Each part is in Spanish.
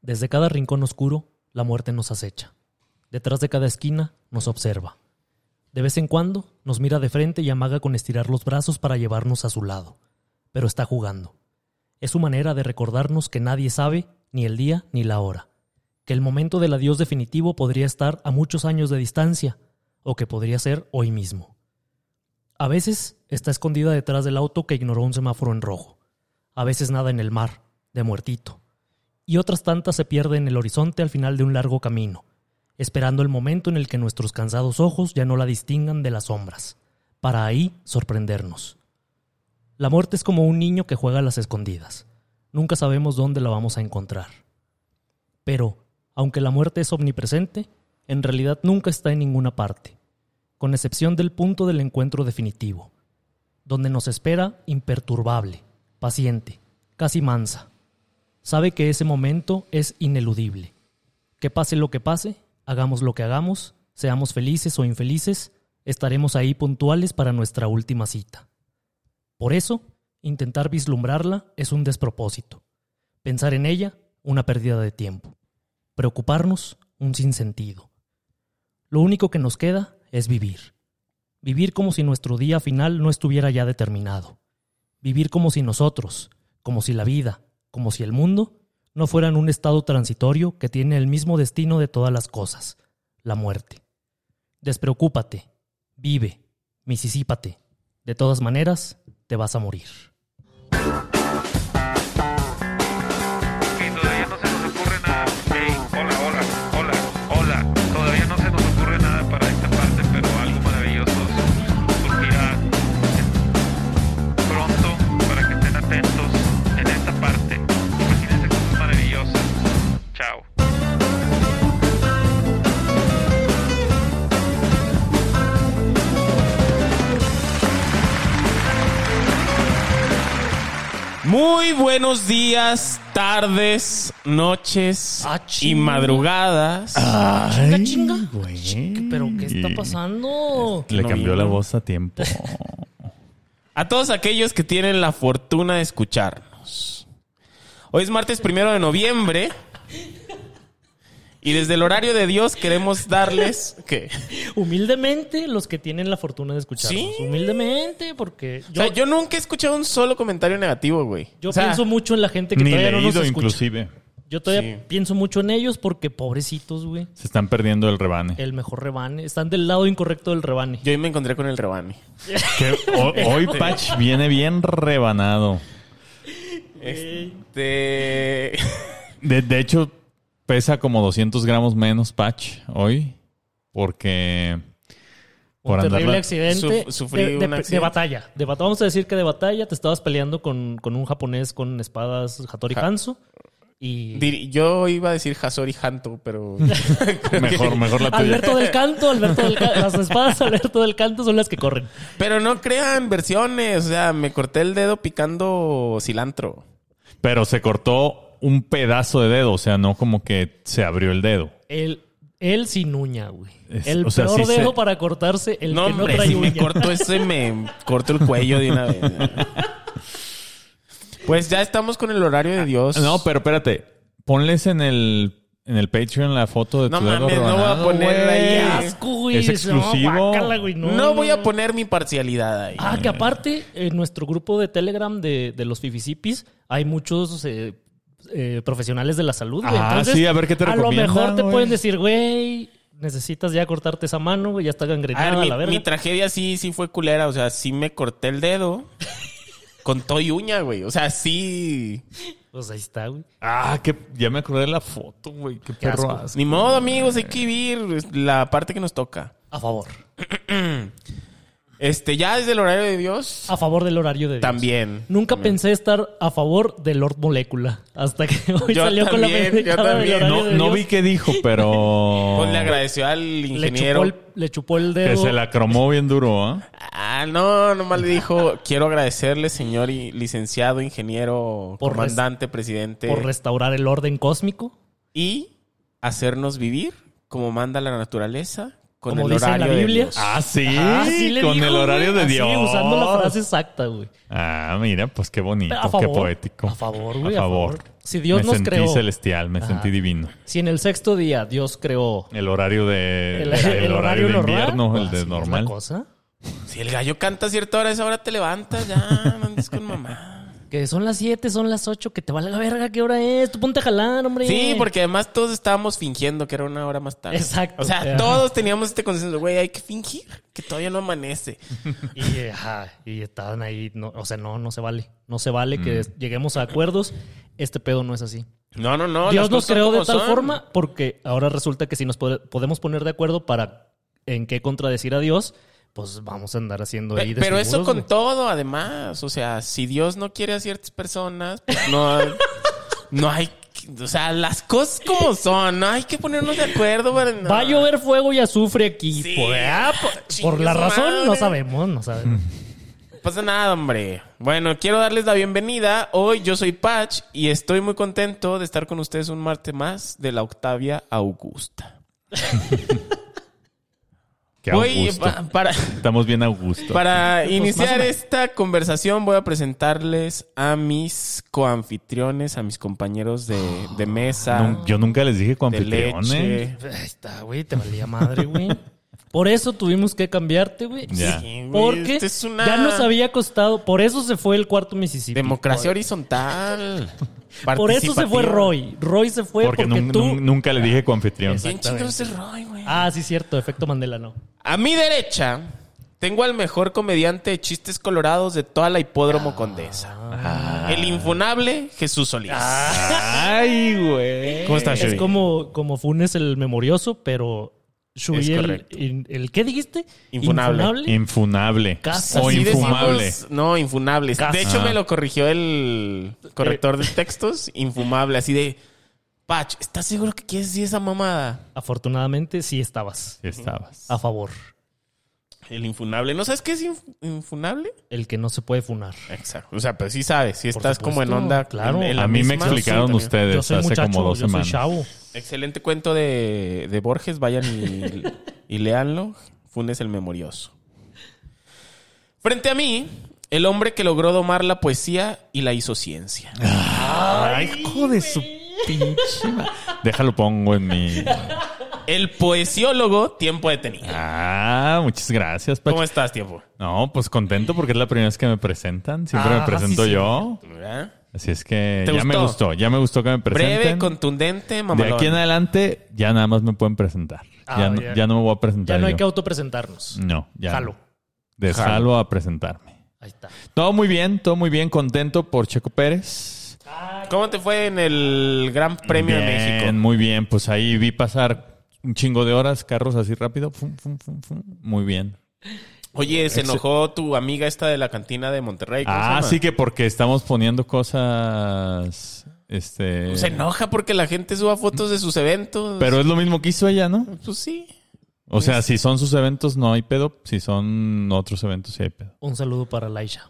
Desde cada rincón oscuro, la muerte nos acecha. Detrás de cada esquina, nos observa. De vez en cuando, nos mira de frente y amaga con estirar los brazos para llevarnos a su lado. Pero está jugando. Es su manera de recordarnos que nadie sabe ni el día ni la hora. Que el momento del adiós definitivo podría estar a muchos años de distancia, o que podría ser hoy mismo. A veces está escondida detrás del auto que ignoró un semáforo en rojo. A veces nada en el mar, de muertito. Y otras tantas se pierde en el horizonte al final de un largo camino, esperando el momento en el que nuestros cansados ojos ya no la distingan de las sombras, para ahí sorprendernos. La muerte es como un niño que juega a las escondidas. Nunca sabemos dónde la vamos a encontrar. Pero, aunque la muerte es omnipresente, en realidad nunca está en ninguna parte con excepción del punto del encuentro definitivo, donde nos espera imperturbable, paciente, casi mansa. Sabe que ese momento es ineludible. Que pase lo que pase, hagamos lo que hagamos, seamos felices o infelices, estaremos ahí puntuales para nuestra última cita. Por eso, intentar vislumbrarla es un despropósito. Pensar en ella, una pérdida de tiempo. Preocuparnos, un sinsentido. Lo único que nos queda es vivir. Vivir como si nuestro día final no estuviera ya determinado. Vivir como si nosotros, como si la vida, como si el mundo, no fueran un estado transitorio que tiene el mismo destino de todas las cosas, la muerte. Despreocúpate, vive, misisípate. De todas maneras, te vas a morir. Que todavía no se nos ocurre nada. Ey, hola, hola, hola, hola. Todavía no se nos ocurre nada para esta parte, pero algo maravilloso surgirá pronto para que estén atentos en esta parte. Imagínense cosas maravillosas. Chao. Muy buenos días, tardes, noches Ah, y chinga. Ah. madrugadas. Chinga, Ay, chinga. güey. Chinga, Pero ¿qué está pasando? Le No, cambió no. la voz a tiempo. A todos aquellos que tienen la fortuna de escucharnos. Hoy es martes primero de noviembre. Y desde el horario de Dios queremos darles que. Humildemente, los que tienen la fortuna de escucharnos. Sí. Humildemente, porque O sea, yo nunca he escuchado un solo comentario negativo, güey. Yo O sea, pienso mucho en la gente que Ni todavía no nos leído, escucha. inclusive. Yo todavía Sí. pienso mucho en ellos porque pobrecitos, güey. Se están perdiendo el rebane. El mejor rebane. Están del lado incorrecto del rebane. Yo hoy me encontré con el rebane. Que ho- hoy Patch viene bien rebanado. Este. De, de hecho, pesa como 200 gramos menos Patch hoy. Porque... Un terrible andarla- accidente. Suf- sufrí de, de- un de accidente. batalla. De bat- Vamos a decir que de batalla te estabas peleando con, con un japonés con espadas Hattori Ja- Hanzo. Y Dir- Yo iba a decir Hasori Hanto, pero. Mejor, mejor la tuya. Alberto del Canto, Alberto del Canto. Las espadas Alberto del Canto son las que corren. Pero no crean versiones. O sea, me corté el dedo picando cilantro. Pero se cortó un pedazo de dedo. O sea, no como que se abrió el dedo. El, el sin uña, güey. Es- El o sea, peor sí se- dedo para cortarse, el no, que no hombre, trae si me uña. corto ese, me corto el cuello de una vez. Pues ya estamos con el horario de Dios. No, pero espérate. Ponles en el, en el Patreon la foto de No tu dedo mames, no voy a rebanado, poner güey. ahí. Asco, güey. Es No, exclusivo. guácala, güey, No, voy a poner mi parcialidad ahí. Ah, que aparte, en nuestro grupo de Telegram de, de los Fifisipis hay muchos eh, eh, profesionales de la salud, güey. Ah, sí, a ver qué te A lo recomiendan, mejor te güey. pueden decir, güey, necesitas ya cortarte esa mano, güey, ya está A ver, gangrenada Ah, mi, la mi verga. tragedia sí, sí fue culera. O sea, sí me corté el dedo con toy uña, güey. O sea, sí. Pues ahí está, güey. Ah, que ya me acordé de la foto, güey. Qué, perro asco. asco. Ni modo, amigos, hay que vivir la parte que nos toca. A favor. Este, ya desde el horario de Dios, A favor del horario de Dios. también. Nunca pensé estar a favor de Lord Molécula. Hasta que hoy Yo salió con la también, yo pendejada del también. horario No, de no Dios. vi qué dijo, pero. Pues le agradeció al Le chupó, ingeniero. el, le chupó el dedo. Que se la cromó bien duro, ¿ah? Ah, no, nomás le dijo, quiero agradecerle, señor y licenciado, ingeniero, Por comandante, presidente, por restaurar el orden cósmico. y hacernos vivir como manda la naturaleza, con Como el dice en la horario. de Biblia. Dios. Ah, sí, Ah, sí le con dijo, el güey, horario de así, Dios. usando la frase exacta, güey. Ah, mira, pues qué bonito, A favor, qué poético. a favor, güey, A a favor. favor. Si Dios me nos sentí creó. celestial, me sentí divino. Si en el sexto día Dios creó El horario de. El, el, el horario, de normal, pues, invierno, el así de es la normal. cosa. Si el gallo canta a cierta hora, a esa hora te levantas, ya, no andes con mamá. Que son las 7, son las 8, que te vale la verga qué hora es. Tú ponte a jalar, hombre. Sí, porque además todos estábamos fingiendo que era una hora más tarde. Exacto. O sea, Ajá. todos teníamos este consenso, güey, hay que fingir que todavía no amanece. Y, ajá, y estaban ahí. No, o sea, no, no se vale. No se vale que Mm. lleguemos a acuerdos. Este pedo no es así. No, no, no. las Dios nos cosas son creó de como tal son. forma porque ahora resulta que si nos pode- podemos poner de acuerdo para en qué contradecir a Dios, pues vamos a andar haciendo ahí Pe- Pero eso desfiguros, con güey. todo, además. O sea, si Dios no quiere a ciertas personas, pues no, hay- no hay. O sea, las cosas como son. No hay que ponernos de acuerdo. Para, no. Va a llover fuego y azufre aquí. Sí. Por, ah, por- Chingue por la su razón no madre. sabemos, no sabemos. No pasa nada, hombre. Bueno, quiero darles la bienvenida. Hoy yo soy Patch y estoy muy contento de estar con ustedes un martes más de la Octavia Augusta. Qué Voy augusto. pa- para. Estamos bien a gusto. Para Pues, más o iniciar menos. esta conversación voy a presentarles a mis coanfitriones, a mis compañeros de, de mesa. Nun- yo nunca les dije con de leche. Eh, Ahí está, güey, te valía madre, güey. Por eso tuvimos que cambiarte, güey. Ya. Sí, güey, Porque esta es una ya nos había costado. Por eso se fue el cuarto Mississippi. democracia horizontal. Por, por eso se fue Roy. Roy se fue porque, Porque, nun- tú. nun- nunca le dije confitrión. Exacto. ¿Quién chingados es Roy, güey? Ah, sí, cierto. Efecto Mandela, no. A mi derecha tengo al mejor comediante de chistes colorados de toda la hipódromo condesa. El infunable Jesús Solís. Ah, Ay, güey. ¿Cómo estás, Es Shui? como, como Funes el memorioso, pero Shui Es el- correcto. in- el, ¿Qué dijiste? Infunable. Infunable. Casi O Así decimos- infumable. no, infunables. Casi. De hecho, Ah. me lo corrigió el Eh. corrector de textos. Infumable, así de... Pach, ¿estás seguro que quieres decir esa mamada? Afortunadamente, sí estabas. Estabas. A favor. El infunable. ¿No sabes qué es inf- infunable? El que no se puede funar. Exacto. O sea, pero sí sabes. Si Por estás como en supuesto, onda... claro. en- en la A mí me misma explicaron sintonía. ustedes Yo soy hace muchacho, como dos yo soy semanas. chavo. Excelente cuento de, de Borges, vayan y, y leanlo. Funes el memorioso. Frente a mí, el hombre que logró domar la poesía y la hizo ciencia. Ay, hijo de su pinche. ma- Déjalo pongo en mi. El poesiólogo, tiempo detenido. Ah, muchas gracias, Pachi. ¿Cómo estás, tiempo? No, pues contento porque es la primera vez que me presentan. Siempre Ah, me presento sí, sí. yo. ¿Verdad? Así es que ¿Te ya me gustó? gustó, ya me gustó que me presenten. Breve, contundente, De mamalón. aquí en adelante ya nada más me pueden presentar. Ah, ya, no, ya. ya no me voy a presentar. Ya no hay yo. que autopresentarnos. No, Mm, ya. Jalo. Déjalo a presentarme. Ahí está. Todo muy bien, todo muy bien. Contento por Checo Pérez. ¿Cómo te fue en el Gran Premio Bien, de México? Muy bien, pues ahí vi pasar un chingo de horas, carros así rápido. Fum, fum, fum, fum. Muy bien. Oye, se enojó tu amiga esta de la cantina de Monterrey. ¿cómo se Ah, llama? sí que porque estamos poniendo cosas. Este. Se enoja porque la gente suba fotos de sus eventos. Pero es lo mismo que hizo ella, ¿no? Pues sí. O Pues sea, si son sus eventos no hay pedo, si son otros eventos sí hay pedo. Un saludo para Laisha.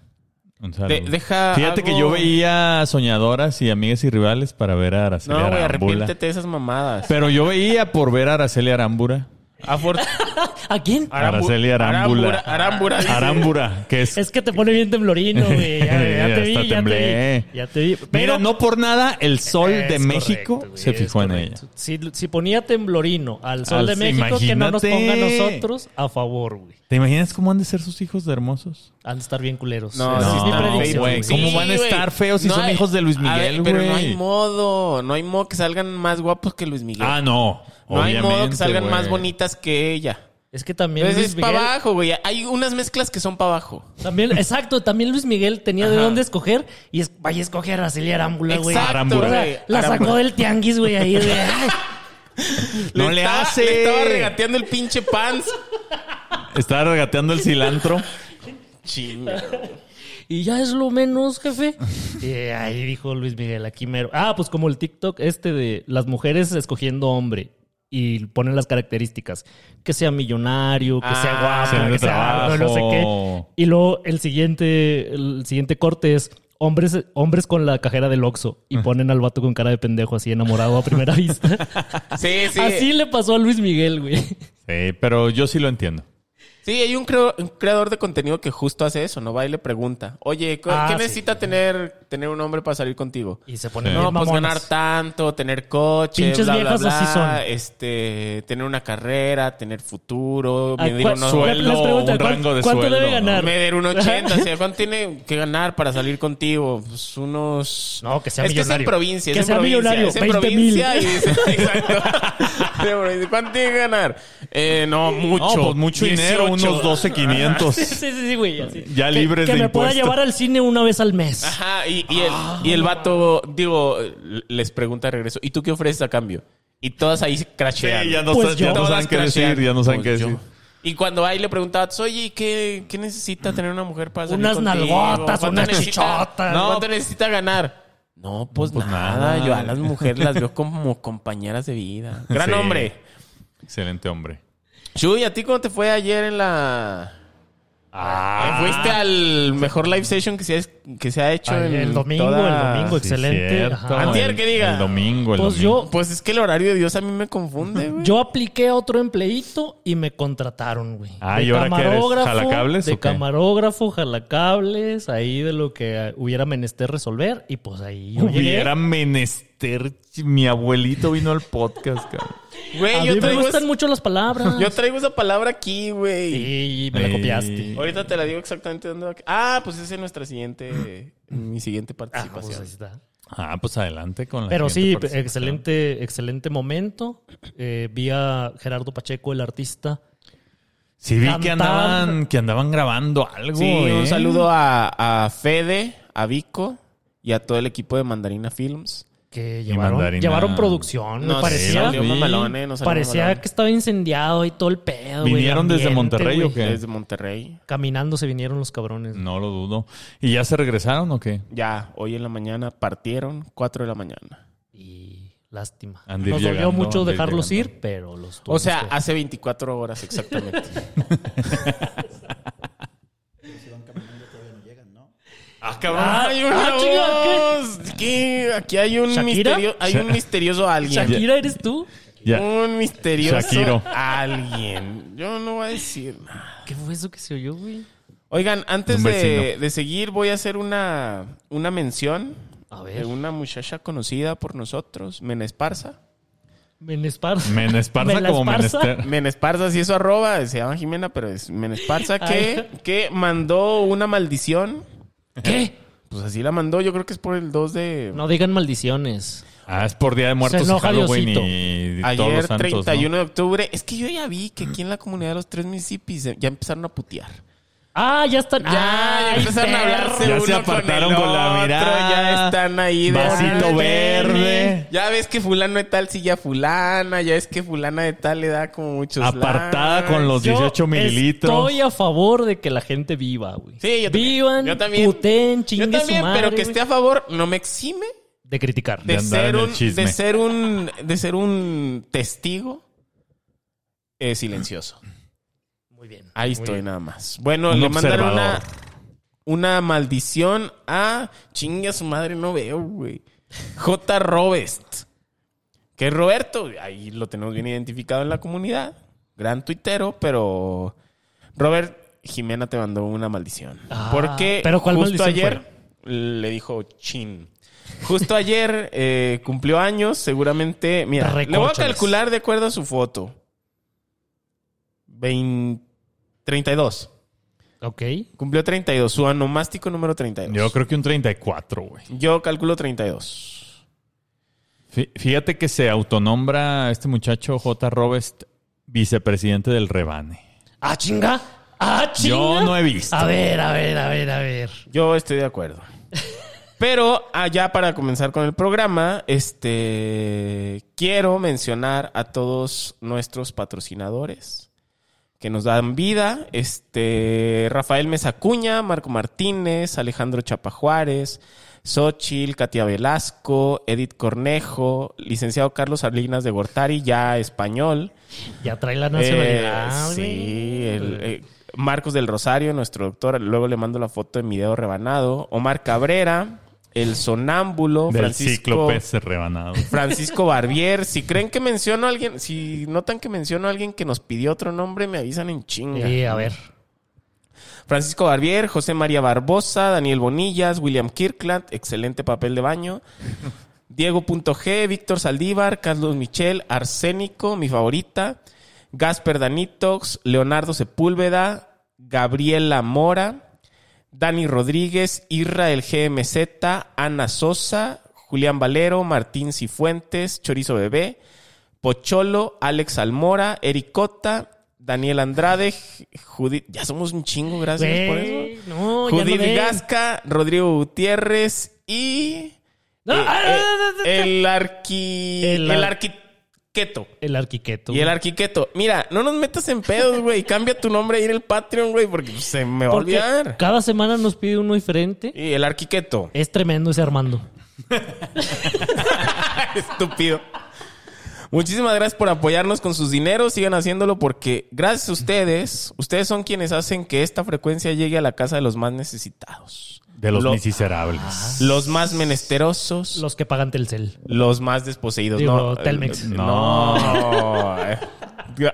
Un saludo. De- deja Fíjate algo- que yo veía soñadoras y amigas y rivales para ver a Araceli No, güey, Arámbula. arrepiéntete de esas mamadas. Pero yo veía por ver a Araceli Arambura. Afor- ¿A quién? Arambu- Araceli Arámbula. Arámbula. Arámbula. Arambura, que es... Es que te pone bien temblorino, güey. Ya, ya Ya te vi, ya hasta te temblé. vi. Ya te vi. Mira, Pero- no por nada el sol Es de correcto, México güey, se es fijó en ella. correcto. Si, si ponía temblorino al sol Al- de México, que no nos ponga a imagínate. nosotros a favor, güey. ¿Te imaginas cómo han de ser sus hijos de hermosos? Han de estar bien culeros. No, Esa sí, es mi no, predicción, güey, güey. sí, ¿Cómo van a güey. estar feos si No son hay- hijos de Luis A ver, Miguel, Pero no hay güey? modo. No hay modo que salgan más guapos que Luis Miguel. Ah, no. no hay modo que Obviamente, salgan más güey. bonitas que ella. Es que también Entonces Luis Pues es para Miguel... abajo, güey. Hay unas mezclas que son para abajo. También, exacto, también Luis Miguel tenía de Ajá. dónde escoger y es, vaya a escoger a Celia Arámbula, güey. Exacto, O sea, güey. la Arámbula. sacó del tianguis, güey, ahí, güey. Ay, No le estaba, hace. Le estaba regateando el pinche pants. Estaba regateando el cilantro. Chinga. Y ya es lo menos, jefe. Y eh, ahí dijo Luis Miguel, aquí mero. Ah, pues como el TikTok este de las mujeres escogiendo hombre. Y ponen las características. Que sea millonario, que sea Ah, guapo, de que sea no, trabajo. no sé qué. Y luego el siguiente, el siguiente corte es hombres, hombres con la cajera del Oxxo. Y ponen al vato con cara de pendejo así enamorado a primera vista. Sí, sí. Así le pasó a Luis Miguel, güey. Sí, Sí, pero yo sí lo entiendo. Sí, hay un, creo- un creador de contenido que justo hace eso, ¿no? Va y le pregunta, oye, ¿cu- Ah, ¿qué sí. necesita tener, tener un hombre para salir contigo? Y se ponen Sí. bien No, pues mamonas. ganar tanto, tener coche, Pinches bla, viejas bla, bla, así son. Este, tener una carrera, tener futuro, Ay, medir Ah, ¿cuál- unos- cuál- Sueldo, les preguntan, un ¿cuál- rango de ¿Cuánto debe sueldo, ¿no? ganar? medir un 80, o sea, ¿cuánto tiene que ganar para salir contigo? Pues unos... No, que sea es que es en millonario. provincia, Que es en sea provincia, millonario, es en 20 provincia y dice, exacto. Sí, provincia. ¿Cuánto tiene que ganar? Eh, no, mucho. No, pues mucho dinero, 18. unos 12, Sí, 500. sí, sí, sí, güey. así. Ya Que- libres Que de me pueda impuestos. llevar al cine una vez al mes. Ajá, y, y el, Ah. y el vato, digo, les pregunta de regreso, ¿y tú qué ofreces a cambio? Y todas ahí se crashean. Sí, ya no, Pues sa- yo. ya no Todas saben qué crashean. decir, ya no saben qué Pues yo. decir. Y cuando ahí le preguntaba, oye, ¿y ¿qué, qué necesita tener una mujer para salir Unas contigo? nalgotas, ¿Cuánto unas necesita- chichotas. No, ¿cuánto necesita ganar? No, pues, pues nada. nada. Yo a las mujeres las veo como compañeras de vida. Gran Sí. hombre. Excelente hombre. Chuy, ¿a ti cómo te fue ayer en la...? Ah, Fuiste al mejor live session que se ha, que se ha hecho Ay, en el domingo, toda- el domingo, excelente. cierto. Ajá. Antier, El- que diga. El domingo, el Pues domingo. yo, Pues es que el horario de Dios a mí me confunde, güey. yo apliqué a otro empleito y me contrataron, güey. Ah, De ¿y ahora qué eres? camarógrafo, ¿Jalacables De o qué? camarógrafo, jalacables, ahí de lo que eh, hubiera menester resolver. Y pues ahí yo llegué. Hubiera menester. Mi abuelito vino al podcast, cabrón. A Güey, mí yo me traigo, gustan mucho las palabras. yo traigo esa palabra aquí, güey. Sí, me la Sí. copiaste. Ahorita te la digo exactamente dónde va. Ah, pues esa es nuestra siguiente, mi siguiente Ah, pues participación. ahí está. Ah, pues adelante con la Pero siguiente sí, participación. excelente, excelente momento. Eh, vi a Gerardo Pacheco, el artista. Sí, vi que Cantar. andaban, que andaban grabando algo. sí, ¿eh? un saludo a, a Fede, a Vico y a todo el equipo de Mandarina Films. Que llevaron, mandarina. llevaron producción, Ah, me Nos parecía. salió Sí. mamalón, eh, nos salió Parecía mamalón. que estaba incendiado y todo el pedo. güey, ¿Vinieron desde ambiente, Monterrey güey. o qué? Mm. Desde Monterrey. Caminando se vinieron los cabrones. No lo dudo. ¿Y ya se regresaron o qué? Ya, hoy en la mañana partieron, 4 de la mañana. Y lástima. Han de ir Nos dolió llegando, mucho han de ir dejarlos llegando. ir, pero los O tuvimos sea, que- hace 24 horas exactamente. Ah, cabrón. Hay una ah, chinga, voz. ¿Qué? Aquí hay un, ¿Shakira? misterio- hay un misterioso alguien. Shakira, ¿eres tú? Ya. Un misterioso Shakiro. alguien. Yo no voy a decir nada. ¿Qué fue eso que se oyó, güey? Oigan, antes Un de, vecino. de seguir, voy a hacer una, una mención A de ver, una muchacha conocida por nosotros, Menesparza. Menesparza. Men esparza ¿Me la como esparza? menester. Menesparza, sí es su arroba, se llama Jimena, pero es Menesparza, que, que mandó una maldición. ¿Qué? Pues así la mandó, yo creo que es por el 2 de... No digan maldiciones. Ah, es por Día de Muertos Se y enoja Halloween Diosito. y todos Ayer, los santos, ¿no? 31 de octubre. Es que yo ya vi que aquí en la comunidad de los tres municipios ya empezaron a putear. Ah, ya están. Ya, ya Ay, empezaron a perro. hablarse Ya uno se con, apartaron el con la otro, mirada. Ya están ahí de Vasito "Ah, verde". Ya ves que fulano de tal sigue a fulana. Ya es que fulana de tal le da como muchos Apartada likes. con los Yo 18 mililitros. Estoy a favor de que la gente viva, güey. Sí, yo también. Vivan, Yo también. puten, Yo chinguen también, su madre, pero que güey. esté a favor no me exime De criticar. De de, andar ser en el un, chisme. de ser un de ser un testigo eh, silencioso. Muy bien. Ahí Muy estoy bien. nada más. Bueno, Un le mandaron una, observador. una maldición a chinga su madre, no veo, güey. J. Robest. Que es Roberto, ahí lo tenemos bien identificado en la comunidad. Gran tuitero, pero Robert Jimena te mandó una maldición. Ah, porque ¿pero cuál justo maldición ayer le dijo chin. Justo ayer eh, cumplió años, seguramente. Mira, Te le voy a recorchas. calcular de acuerdo a su foto. 20, 32. Ok. Cumplió 32. Su anomástico número 32. Yo creo que un 34, güey. Yo calculo 32. Fí- Fíjate que se autonombra este muchacho J. Robest vicepresidente del rebane. Ah, chinga. Ah, chinga. Yo no he visto. A ver, a ver, a ver, a ver. Yo estoy de acuerdo. Pero allá para comenzar con el programa, este quiero mencionar a todos nuestros patrocinadores que nos dan vida, este Rafael Mesacuña, Marco Martínez, Alejandro Chapajuárez, Xochil, Katia Velasco, Edith Cornejo, licenciado Carlos Salinas de Gortari, ya español. Ya trae la Eh, nacionalidad. sí, güey. el, eh, Marcos del Rosario, nuestro doctor. Luego le mando la foto de mi dedo rebanado. Omar Cabrera, El Sonámbulo, Del Francisco, cíclope rebanado. Francisco Barbier. Si creen que menciono a alguien, si notan que menciono a alguien que nos pidió otro nombre, me avisan en chinga. Sí, a ver. Francisco Barbier, José María Barbosa, Daniel Bonillas, William Kirkland, excelente papel de baño. Diego.g, Víctor Saldívar, Carlos Michel, Arsénico, mi favorita. Gasper Danitox, Leonardo Sepúlveda, Gabriela Mora, Dani Rodríguez, Israel GMZ, Ana Sosa, Julián Valero, Martín Cifuentes, Chorizo Bebé, Pocholo, Alex Almora, Ericota, Daniel Andrade, Judith. Ya somos un chingo, gracias por Güey, eso. No, ya Judith no den. Gasca, Rodrigo Gutiérrez y. No, eh, ah, eh, ah, ah, ah, el arqui. El El, ar- arquiteto. El arquitecto. Y el arquiteto. Mira, no nos metas en pedos, güey. Cambia tu nombre ahí en el Patreon, güey, porque se me va a Porque olvidar. cada semana nos pide uno diferente. Y el arquiteto. Es tremendo ese Armando. Estúpido. Muchísimas gracias por apoyarnos con sus dineros. Sigan haciéndolo porque gracias a ustedes, ustedes son quienes hacen que esta frecuencia llegue a la casa de los más necesitados. De los Lo- Ah. miserables. Los más menesterosos. Los, Los que pagan Telcel. más desposeídos. Digo, no, Telmex. No.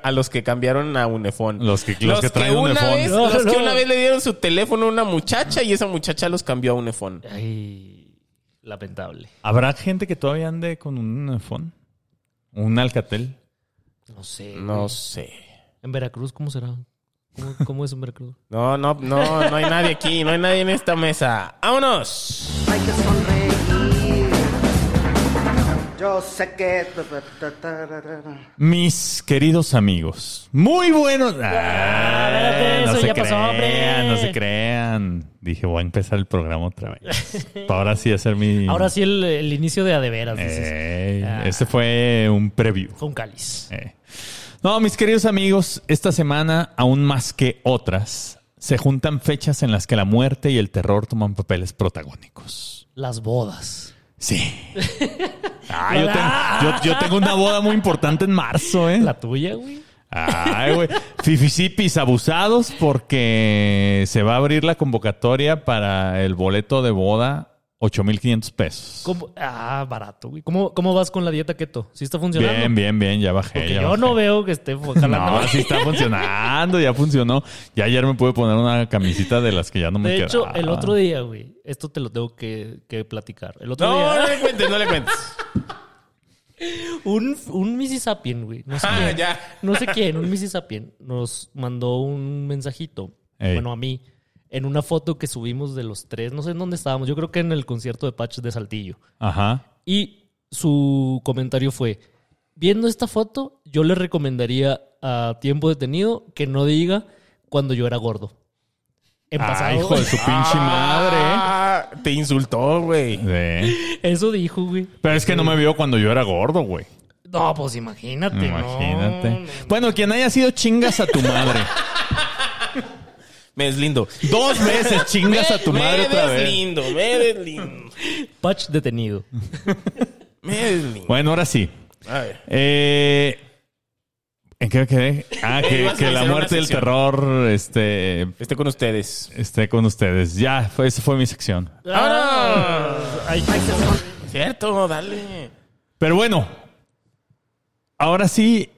A los que cambiaron a Unefón. Los que- los que traen una Unefón. vez- No, los que no. una vez le dieron su teléfono a una muchacha y esa muchacha los cambió a Unefón. Ay, lamentable. ¿Habrá gente que todavía ande con un phone? ¿Un Alcatel? No sé. No sé. ¿En Veracruz cómo será? ¿Cómo, cómo es en Veracruz? No, no, no, no hay nadie aquí, no hay nadie en esta mesa. ¡Vámonos! hay que sonreír. Yo sé que... ta, ta, ta, ta, ta, ta, ta. Mis queridos amigos, muy buenos. Ah, espérate, no eso se ya pasó, crean, hombre. no se crean. Dije, voy a empezar el programa otra vez. Pa' ahora sí Eh. hacer mi. Ahora sí el, el inicio de Adeveras. dices. Ey, Ah. Ese fue un preview. Fue un cáliz. Eh. No, mis queridos amigos, esta semana, aún más que otras, se juntan fechas en las que la muerte y el terror toman papeles protagónicos. Las bodas. Sí. Ah, yo, tengo, yo- yo tengo una boda muy importante en marzo, ¿eh? La tuya, güey. Ay, güey. Fifisipis abusados porque se va a abrir la convocatoria para el boleto de boda, 8,500 pesos. ¿Cómo? Ah, barato, güey. ¿Cómo, ¿Cómo vas con la dieta keto? ¿Sí está funcionando? Bien, bien, bien, ya bajé. Porque ya yo bajé. no veo que esté No, jalando. sí está funcionando, ya funcionó. Ya ayer me pude poner una camisita de las que ya no me de hecho, quedaba. el otro día, güey, esto te lo tengo que, que platicar. El otro No, no día, le cuentes, no le cuentes. un, un Missy Sapien, güey. No sé Ah, quién. ya. No sé quién, un Missy Sapien nos mandó un mensajito. Ey. Bueno, a mí. En una foto que subimos de los tres, no sé en dónde estábamos, yo creo que en el concierto de Patch de Saltillo. Ajá. Y su comentario fue: Viendo esta foto, yo le recomendaría a tiempo detenido que no diga cuando yo era gordo. En Ah, pasado. hijo de su pinche madre. ¿eh? Ah, te insultó, güey. Sí. Eso dijo, güey. Pero es que no me vio cuando yo era gordo, güey. No, pues imagínate. no, Imagínate. no, no. Bueno, quien haya sido chingas a tu madre. Me deslindo. Dos veces chingas a tu Me- madre me otra vez. deslindo, me deslindo. Patch detenido. Me deslindo. Bueno, ahora sí. A ver. Eh, ¿En qué me quedé? Ah, que, Ibas a que la hacer una muerte y el sección. terror este, Esté con ustedes. esté con ustedes. Ya, fue, esa fue mi sección. Ah, ay, Cierto, dale. Pero bueno, ahora sí,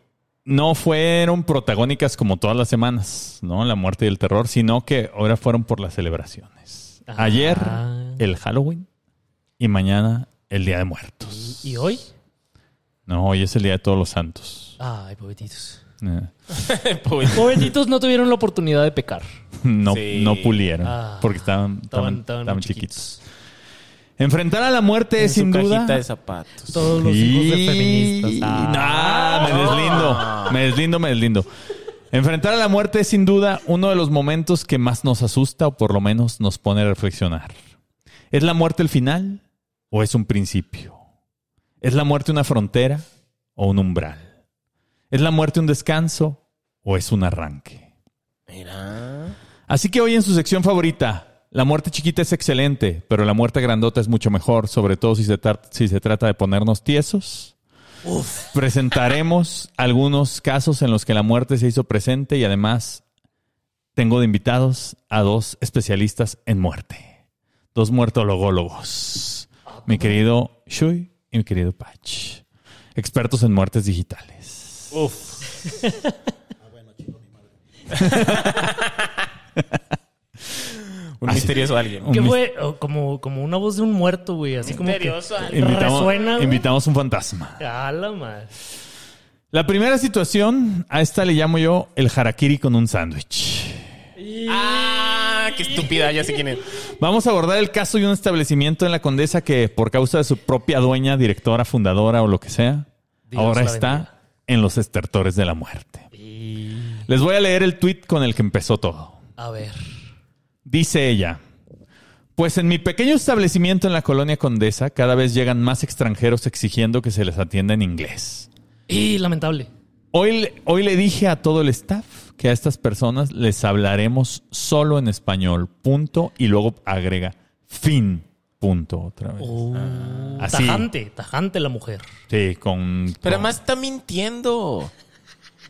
no fueron protagónicas como todas las semanas, ¿no? La muerte y el terror, sino que ahora fueron por las celebraciones. Ah. Ayer, el Halloween, y mañana, el Día de Muertos. ¿Y hoy? No, hoy es el Día de Todos los Santos. Ay, pobretitos. Eh, Pobre- Pobretitos no tuvieron la oportunidad de pecar. No, Sí. no pulieron, Ah. porque estaban, estaban, Estaban, estaban estaban muy chiquitos. Enfrentar a la muerte es en sin su duda... cajita de zapatos. Todos los hijos de feministas. Ah, me deslindo, me deslindo, me deslindo. Enfrentar a la muerte es sin duda uno de los momentos que más nos asusta o por lo menos nos pone a reflexionar. ¿Es la muerte el final o es un principio? ¿Es la muerte una frontera o un umbral? ¿Es la muerte un descanso o es un arranque? Mira. Así que hoy en su sección favorita, la muerte chiquita es excelente, pero la muerte grandota es mucho mejor, sobre todo si se, tar- si se trata de ponernos tiesos. Presentaremos algunos casos en los que la muerte se hizo presente y además tengo de invitados a dos especialistas en muerte. dos muertologólogos, mi querido Shui y mi querido Patch, expertos en muertes digitales. Ah, Un misterioso alguien. Un ¿Qué mis- fue? O Como, como una voz de un muerto, güey. Así como. Que, Misterioso alguien. Invitamos, Resuena, güey. invitamos un fantasma. a la madre. La primera situación, a esta le llamo yo el harakiri con un sándwich. Ah, qué estúpida, ya sé quién es. Vamos a abordar el caso de un establecimiento en la Condesa que por causa de su propia dueña, directora, fundadora o lo que sea, Dios ahora la está bendiga. en los estertores de la muerte. Les voy a leer el tweet con el que empezó todo. A ver. Dice ella, pues en mi pequeño establecimiento en la colonia Condesa cada vez llegan más extranjeros exigiendo que se les atienda en inglés. Y lamentable. Hoy, le- hoy le dije a todo el staff que a estas personas les hablaremos solo en español, punto, y luego agrega fin, punto, otra vez. Oh, así. tajante, tajante la mujer. Sí, con... Pero con- además está mintiendo.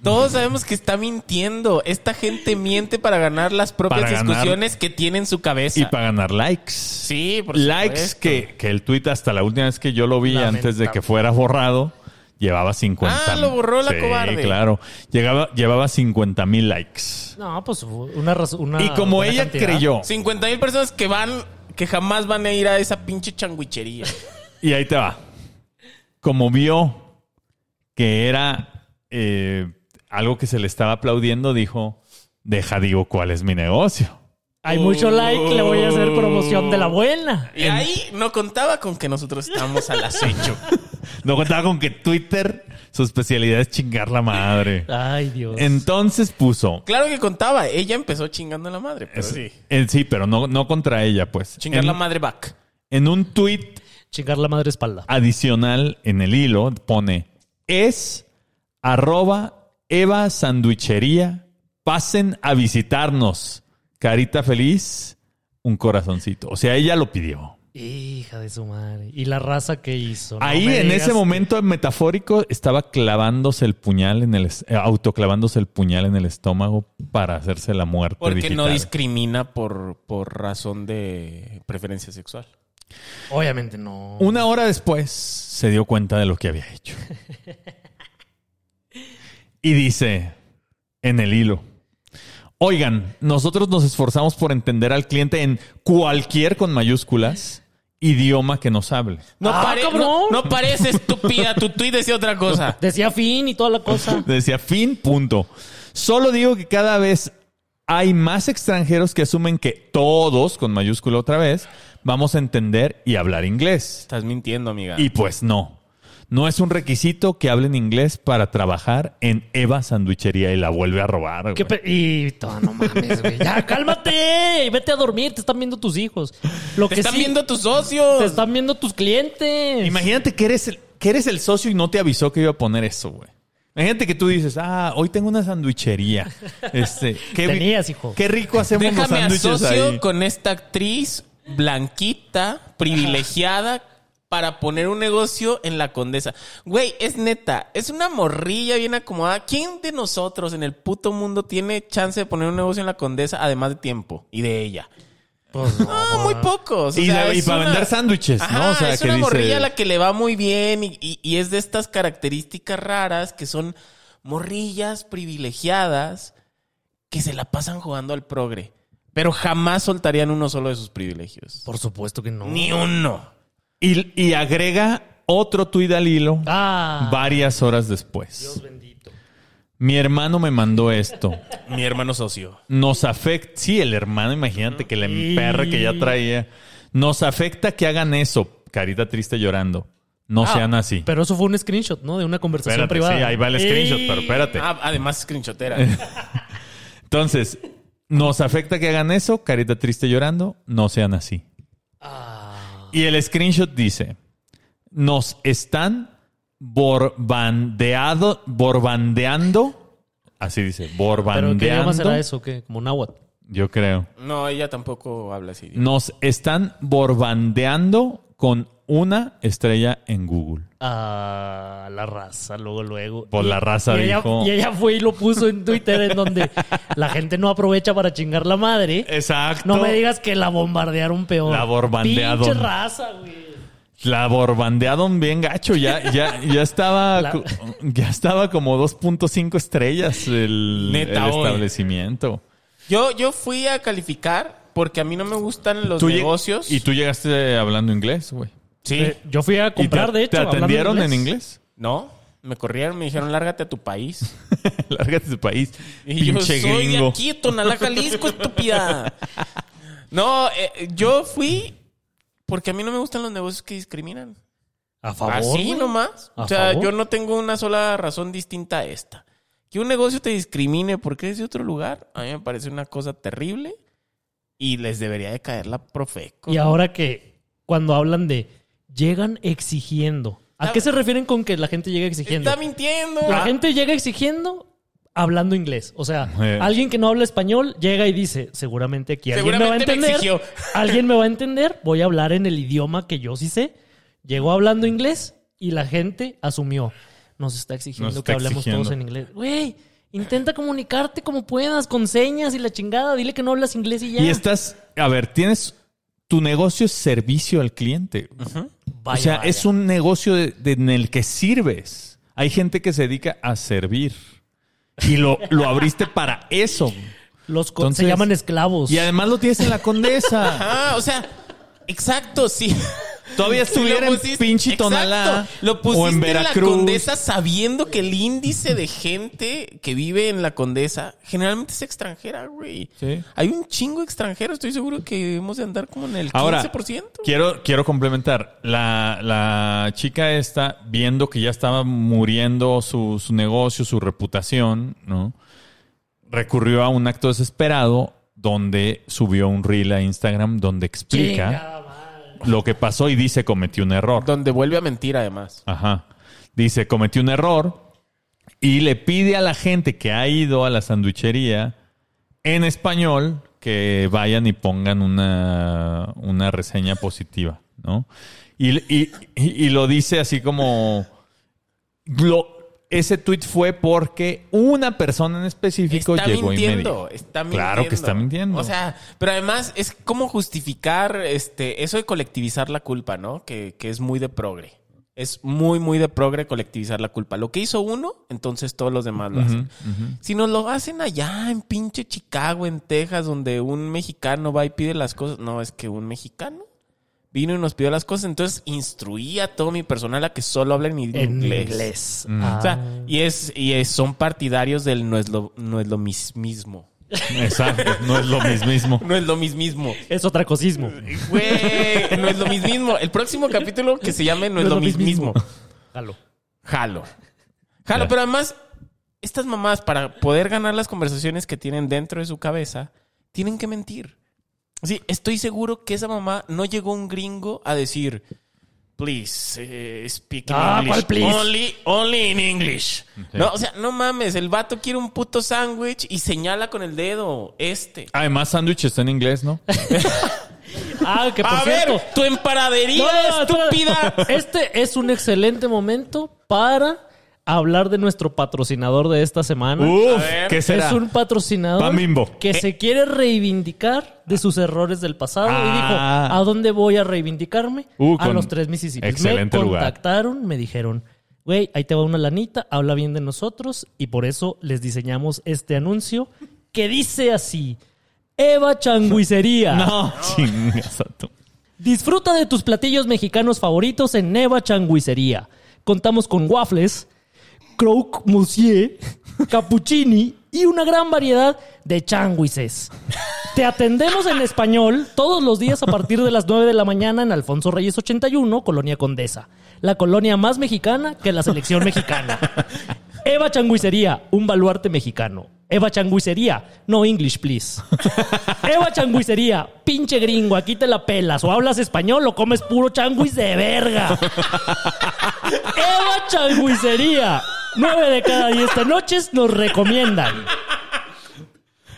Todos sabemos que está mintiendo. Esta gente miente para ganar las propias Para ganar- discusiones que tiene en su cabeza. Y para ganar likes. Sí, por likes supuesto. que, que el tweet hasta la última vez que yo lo vi antes de que Lamentable. fuera borrado, llevaba 50. Ah, lo borró la Sí, cobarde. claro. Llegaba, llevaba 50 mil likes. No, pues una razón. Ah, y como ella creyó, 50 mil personas que van, que jamás van a ir a esa pinche changuichería. Y ahí te va. Como vio que era eh, algo que se le estaba aplaudiendo, dijo, deja digo cuál es mi negocio. Hay mucho like, le voy a Oh. hacer promoción de la buena. Y ahí no contaba con que nosotros estábamos al acecho. No contaba con que Twitter, su especialidad es chingar la madre. Ay, Dios. Entonces puso... Claro que contaba, ella empezó chingando a la madre, pero sí. Eh, sí, pero no, no contra ella, pues. Chingar en, la madre back. en un tweet Chingar la madre espalda. adicional en el hilo pone es arroba Eva Sandwichería. Pasen a visitarnos. Carita feliz, un corazoncito. O sea, ella lo pidió. Hija de su madre. Y la raza que hizo. No Ahí me en digas ese momento metafórico estaba clavándose el puñal en el es- eh, autoclavándose el puñal en el estómago para hacerse la muerte Porque digital. no discrimina por, por razón de preferencia sexual. que- Obviamente no. Una hora después se dio cuenta de lo que había hecho. Y dice en el hilo, oigan, nosotros nos esforzamos por entender al cliente en cualquier con mayúsculas idioma que nos hable. No, Ah, pare- cabrón. no, no parece estúpida. Tu tweet decía otra cosa. Decía fin y toda la cosa. Decía, fin, punto. Solo digo que cada vez hay más extranjeros que asumen que todos, con mayúscula otra vez, vamos a entender y hablar inglés. Estás mintiendo, amiga. Y pues no. No es un requisito que hablen inglés para trabajar en Eva Sandwichería y la vuelve a robar. güey. ¿Qué pe- y todo, no mames, güey. Ya, cálmate. Y Vete a dormir. Te están viendo tus hijos. Lo te que están sí, viendo tus socios. Te están viendo tus clientes. Imagínate que eres, el, que eres el socio y no te avisó que iba a poner eso, güey. Imagínate que tú dices, ah, hoy tengo una sandwichería. Este, qué, ri- Tenías, hijo. Qué rico hacemos los Déjame sándwiches asocio ahí. con esta actriz blanquita, privilegiada, para poner un negocio en la condesa. Güey, es neta, es una morrilla bien acomodada. ¿Quién de nosotros en el puto mundo tiene chance de poner un negocio en la condesa además de tiempo y de ella? Pues no. No, muy pocos. o Y, sea, la- y es para una- vender sándwiches, Ajá, ¿no? O sea, es que una dice- morrilla a la que le va muy bien y, y- y es de estas características raras que son morrillas privilegiadas que se la pasan jugando al progre. Pero jamás soltarían uno solo de sus privilegios. Por supuesto que no. Ni uno. y, y agrega otro tuit al hilo Ah. varias horas después. Dios bendito. Mi hermano me mandó esto. Mi hermano socio. nos afecta. Sí, el hermano, imagínate que el emperre que ya traía. Nos afecta que hagan eso. Carita triste llorando. No sean así. Ah, Pero eso fue un screenshot, ¿no? De una conversación Espérate, privada. sí, ahí va el screenshot, Y- pero espérate. Ah, además, screenshotera. Eh. Entonces, nos afecta que hagan eso. Carita triste llorando. No sean así. Ah. Y el screenshot dice: Nos están borbandeado, borbandeando. Así dice, ¿Pero qué idioma borbandeando. será eso? o ¿Qué? Como náhuatl. Yo creo. No, ella tampoco habla así. Nos están borbandeando con una estrella en Google. Ah, la la raza, luego, luego. Por Pues la raza, y ella, dijo. Y ella fue y lo puso en Twitter en donde la gente no aprovecha para chingar la madre. Exacto. No me digas que la bombardearon peor. La bombardearon. Pinche raza, güey. La borbandearon bien gacho. Ya, ya, ya estaba, La- co- ya estaba como 2.5 estrellas el, Neta, el hoy. establecimiento. Yo, yo fui a calificar porque a mí no me gustan los Tú lleg- negocios. Y tú llegaste hablando inglés, güey. Sí. Eh, Yo fui a ¿Y comprar, te, de hecho. ¿Te hablando atendieron en inglés? No, me corrieron, me dijeron, lárgate a tu país. Lárgate de tu país. Y Pinche yo soy gringo. de aquí, Tonalá, Jalisco, estúpida. No, eh, yo fui porque a mí no me gustan los negocios que discriminan. A favor. Así güey. nomás. ¿A O sea, favor? yo no tengo una sola razón distinta a esta. Que un negocio te discrimine porque es de otro lugar, a mí me parece una cosa terrible y les debería de caer la profeco. Y ahora que cuando hablan de llegan exigiendo. ¿A Está- qué se refieren con que la gente llega exigiendo? Está mintiendo. La Ah, gente llega exigiendo hablando inglés. O sea, Eh. alguien que no habla español llega y dice, seguramente aquí alguien me va a Seguramente me entender. exigió. alguien me va a entender, voy a hablar en el idioma que yo sí sé. Llegó hablando inglés y la gente asumió. Nos está exigiendo Nos que está hablemos exigiendo. todos en inglés. Güey, intenta comunicarte como puedas, con señas y la chingada. Dile que no hablas inglés y ya. Y estás, a ver, tienes tu negocio es servicio al cliente. o Vaya, sea, vaya. es un negocio de- de- en el que sirves. Hay gente que se dedica a servir. Y lo, lo abriste para eso. Los co- Entonces- se llaman esclavos. Y además lo tienes en la condesa. Ah, o sea, exacto, sí. Todavía Sí, lo estuviera en pusiste- pinche exacto, Tonalá. Lo pusiste o en en la Veracruz. Condesa sabiendo que el índice de gente que vive en la Condesa generalmente es extranjera, güey. Sí. Hay un chingo extranjero, estoy seguro que debemos de andar como en el 15%. Ahora, quiero, quiero complementar. La, la chica esta, viendo que ya estaba muriendo su, su negocio, su reputación, ¿no? Recurrió a un acto desesperado donde subió un reel a Instagram donde explica Chingada madre. lo que pasó y dice cometí un error. Donde vuelve a mentir, además. Ajá. Dice, cometí un error y le pide a la gente que ha ido a la sanduichería en español que vayan y pongan una, una reseña positiva, ¿no? Y, y- y- y lo dice así como... lo- ese tweet fue porque una persona en específico Está llegó y me mintiendo, dijo... está mintiendo. Claro que está mintiendo. O sea, pero además es como justificar este eso de colectivizar la culpa, ¿no? Que, que es muy de progre. Es muy, muy de progre colectivizar la culpa. Lo que hizo uno, entonces todos los demás lo hacen. Si nos lo hacen allá, en pinche Chicago, en Texas, donde un mexicano va y pide las cosas. No, es que un mexicano vino y nos pidió las cosas. Entonces instruí a todo mi personal a que solo hablen En inglés. Ah. o sea, y es, y es- son partidarios del no es lo, no es lo mis- mismo. Exacto, no es lo mismo. No es lo mismo. es otra cosismo. Güey, no es lo mismo. El próximo capítulo que se llame No, es lo, mismo. Jalo. Jalo. Jalo, Ya. pero además, estas mamás, para poder ganar las conversaciones que tienen dentro de su cabeza, tienen que mentir. Sí, estoy seguro que esa mamá no llegó un gringo a decir, please, eh, speak in Ah, English. ¿cuál please? Only, only in English. No, o sea, no mames, el vato quiere un puto sándwich y señala con el dedo, este. Además, sándwich está en inglés, ¿no? Ah, que por a cierto. ver, tu emparadería, espera. estúpida. Este es un excelente momento para hablar de nuestro patrocinador de esta semana. Uf, ver. Uh, ¿qué será? es un patrocinador Pan Bimbo. que se quiere reivindicar de sus errores del pasado Ah. y dijo, ¿a dónde voy a reivindicarme? Uh, a con- los tres Mississippi. excelente me lugar. contactaron, me dijeron, güey, ahí te va una lanita, habla bien de nosotros y por eso les diseñamos este anuncio que dice así, Eva Changuicería. No, Ah, chingas a tu- Disfruta de tus platillos mexicanos favoritos en Neva Changuicería. Contamos con waffles, croque monsieur, cappuccini y una gran variedad de changuises. Te atendemos en español todos los días a partir de las 9 de la mañana en Alfonso Reyes 81, Colonia Condesa. La colonia más mexicana que la selección mexicana. Eva Changuicería, un baluarte mexicano. Eva Changuicería, no English, please. Eva Changuicería, pinche gringo, aquí te la pelas. O hablas español o comes puro changuis de verga. Eva Changuicería, nueve de cada diez de noches nos recomiendan.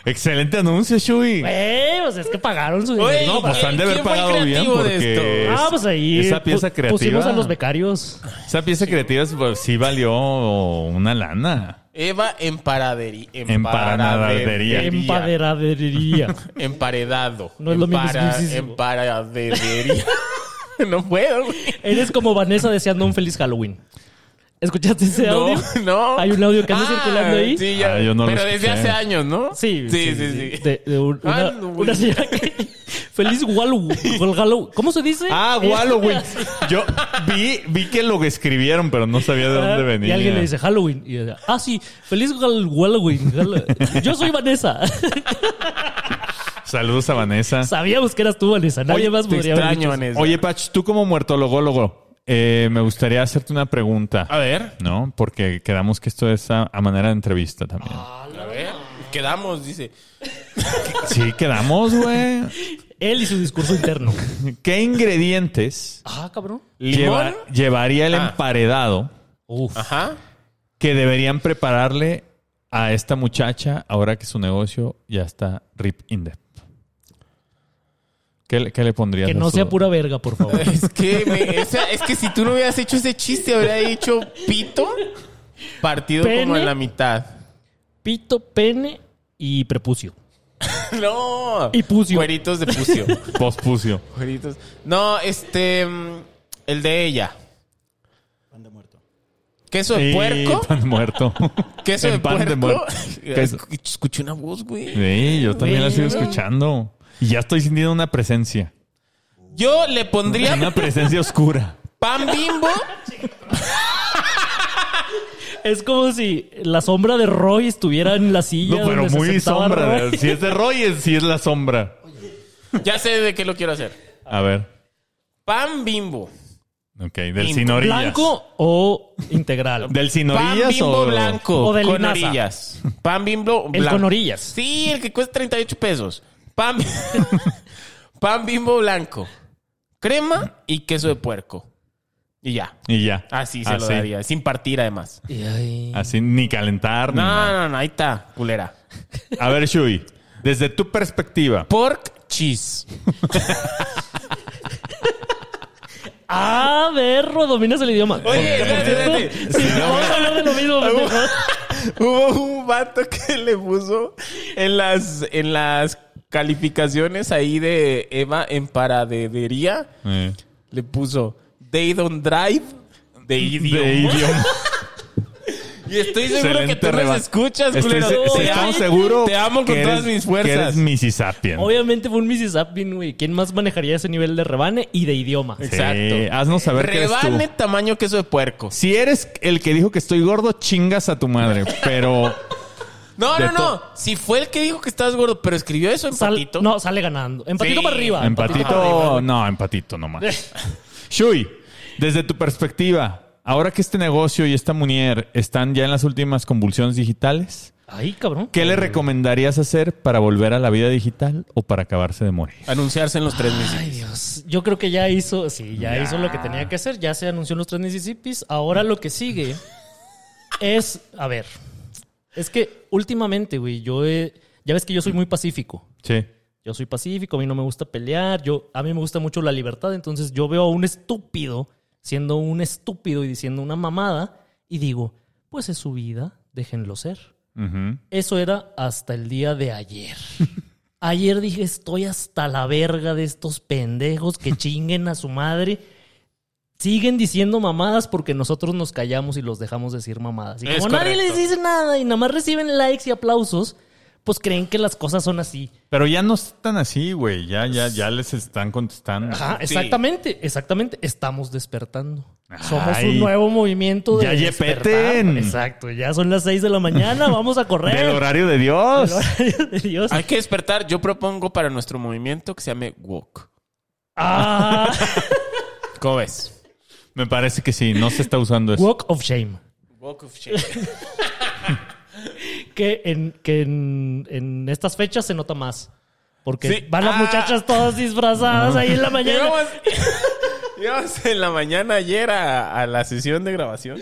Excelente anuncio, Shui. Güey, pues es que pagaron su Güey, dinero. No, pues para- han de ¿quién haber fue el pagado bien creativo de porque esto? es- ah, pues ahí. esa pieza pu- creativa. Pusimos a los becarios. Esa pieza creativa pues, sí valió una lana. Eva emparaderi, Emparanadería. Empaderadería. Emparedado. No es lo mismo, es mismísimo. Emparadería. no puedo, güey. Eres como Vanessa deseando un feliz Halloween. ¿Escuchaste ese No, audio? no. Ah, Hay un audio que anda circulando ahí. Sí, ya. Ah, yo no lo Pero desde escuché. hace años, ¿no? Sí, sí, sí. sí. De, de un- una, Ah, no, güey. una señora que. Feliz Halloween. ¿Cómo se dice? Ah, Eh, Halloween. Yo vi, vi que lo escribieron, pero no sabía de dónde venía. Ah, Y alguien le dice Halloween. Y ella, ah, sí, feliz Gal- Halloween. Gal- Yo soy Vanessa. Saludos a Vanessa. Sabíamos que eras tú, Vanessa. Nadie Oye, más te podría haber extraño, dicho eso. Vanessa. Oye, Pach, tú como muertologólogo, eh, me gustaría hacerte una pregunta, A ver. ¿no? Porque quedamos que esto es a, a manera de entrevista también. Ah. A ver. Quedamos, dice. Sí, quedamos, güey. Él y su discurso interno. ¿Qué ingredientes Ah, cabrón. ¿Limón? lleva- llevaría el Ah. emparedado Uf. Ajá. que deberían prepararle a esta muchacha ahora que su negocio ya está rip in debt? ¿Qué, le- qué le pondrías? Que a no su- sea pura verga, por favor. Es que, me- o sea, es que si tú no hubieras hecho ese chiste, habría dicho pito partido como Pene. en la mitad. Pito, pene y prepucio. No. Y pucio. Cueritos de pucio. Pospucio. Cueritos. No, este. mm, El de ella. Pan de muerto. Queso de Y puerco. Pan muerto. Queso En de pan puerco. de muerto. Queso. Escu- Escuché una voz, güey. Sí, yo también la sigo Sí. escuchando. Y ya estoy sintiendo una presencia. Yo le pondría Una presencia oscura. pan bimbo. Es como si la sombra de Roy estuviera en la silla. No, pero donde se muy sentaba sombra. Roy. Si es de Roy, es- si es la sombra. Ya sé de qué lo quiero hacer. A ver. Pan bimbo. Ok, del Pin- sin orillas. ¿Blanco o integral? ¿Del sin Pan orillas bimbo o...? blanco. o de con linaza? orillas. Pan bimbo blanco. El con orillas. Sí, el que cuesta 38 pesos. Pan, pan bimbo blanco. Crema y queso de puerco. Y ya. Y ya. Ah, Así Ah, se lo daría. Sin partir, además. Y ahí- Así, ni calentar, ni No, nada. no, no. Ahí está, culera. A ver, Shui, desde tu perspectiva, Pork cheese. A ver, Ro, dominas el idioma. Oye, Por espérate, cierto, espérate. sí, vamos a hablar de lo mismo. pendejo. Hubo un vato que le puso en las, en las calificaciones ahí de Eva en paradería. eh, Le puso They don't drive. De idioma. de idioma. Y estoy seguro que tú reba- nos escuchas, Estoy culero. se- Te se- amo- estamos seguros Te amo con que todas eres- mis fuerzas. Que eres Mississippi. Obviamente fue un Mississippi, güey. ¿Quién más manejaría ese nivel de rebane y de idioma? Exacto. haznos saber que eres tú. Rebane tamaño queso de puerco. Si eres el que dijo que estoy gordo, chingas a tu madre. Pero No, De no, no. Si fue el que dijo que estabas gordo, pero escribió eso en Sal- patito. no, sale ganando. Empatito Sí, para arriba. empatito, no, empatito nomás. Shui, desde tu perspectiva, ahora que este negocio y esta munier están ya en las últimas convulsiones digitales, Ay, cabrón. ¿qué le recomendarías hacer para volver a la vida digital o para acabarse de morir? Anunciarse en los tres meses. Ay, Dios. Yo creo que ya hizo, sí, ya, hizo lo que tenía que hacer. Ya se anunció en los tres Mississippis. Ahora lo que sigue es, a ver, es que últimamente, güey, yo he- ya ves que yo soy muy pacífico. Sí. Yo soy pacífico, a mí no me gusta pelear, yo, a mí me gusta mucho la libertad, entonces yo veo a un estúpido siendo un estúpido y diciendo una mamada y digo, pues es su vida, déjenlo ser. Ujú. Eso era hasta el día de ayer. Ayer dije, estoy hasta la verga de estos pendejos que chinguen a su madre. Siguen diciendo mamadas porque nosotros nos callamos y los dejamos decir mamadas. Y como Es nadie les correcto. dice nada y nada más reciben likes y aplausos, pues creen que las cosas son así. Pero ya no están así, güey. Ya, ya, ya les están contestando. Ajá, Sí. exactamente, exactamente. Estamos despertando. Ay. Somos un nuevo movimiento de Ya despertar. yepeten. Exacto, ya son las 6 de la mañana, vamos a correr. Del horario de Dios. Del horario de Dios. Hay que despertar. Yo propongo para nuestro movimiento que se llame Walk. Ah, ¿Cómo ves? Me parece que sí, no se está usando Pues, eso. walk of Shame. Walk of shame. Que en, que en, en estas fechas se nota más. Porque Sí. van las Ah. muchachas todas disfrazadas ahí en la mañana. Íbamos, íbamos en la mañana ayer a, a la sesión de grabación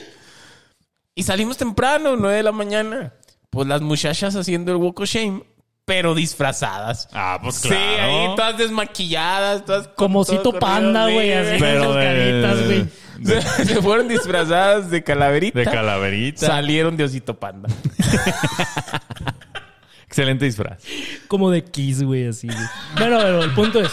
y salimos temprano, 9 de la mañana. Pues las muchachas haciendo el walk of shame, pero disfrazadas. Ah, pues Sí, ahí todas desmaquilladas, todas con Como todo Cito corrido, Panda, sí, eh, güey, así. Pero esas caritas, de, güey. Se, se fueron disfrazadas de calaverita. de calaverita. Salieron de osito panda. Excelente disfraz. Como de Kiss, güey, así. güey. Pero, pero el punto es.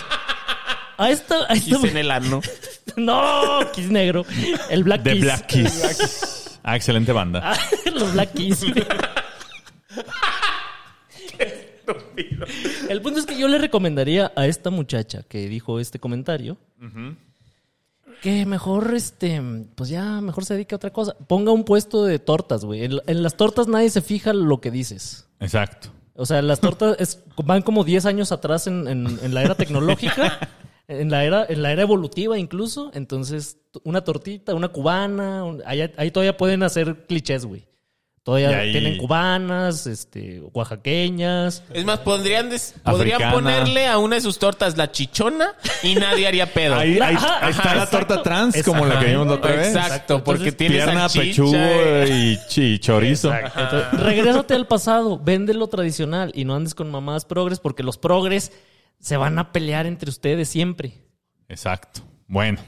A esta. A esta Quise en el ano. No, Kiss negro. El Black De Kiss. Black Keys. Ah, excelente banda. Ah, Los Black Keys. güey. El punto es que yo le recomendaría a esta muchacha que dijo este comentario que mejor, este, pues ya, mejor se dedique a otra cosa. Ponga un puesto de tortas, güey. En, en las tortas nadie se fija lo que dices. Exacto. O sea, las tortas es- van como 10 años atrás en, en- en la era tecnológica, en la era, en la era evolutiva incluso. Entonces, t- una tortita, una cubana, un- ahí, ahí todavía pueden hacer clichés, güey. Y Todavía ahí- tienen cubanas, este, oaxaqueñas. Ah. Es más, podrían, des- podrían Africana. ponerle a una de sus tortas la chichona y nadie haría pedo. Ahí, ahí- Ajá, ahí está ajá, la exacto. torta trans, como la que vimos la otra vez. Exacto, porque tiene Pierna, salchicha, pechuga eh. y, chi- chorizo. Entonces, regrésate al pasado, vende lo tradicional y no andes con mamadas progres porque los progres se van a pelear entre ustedes siempre. Exacto. Bueno.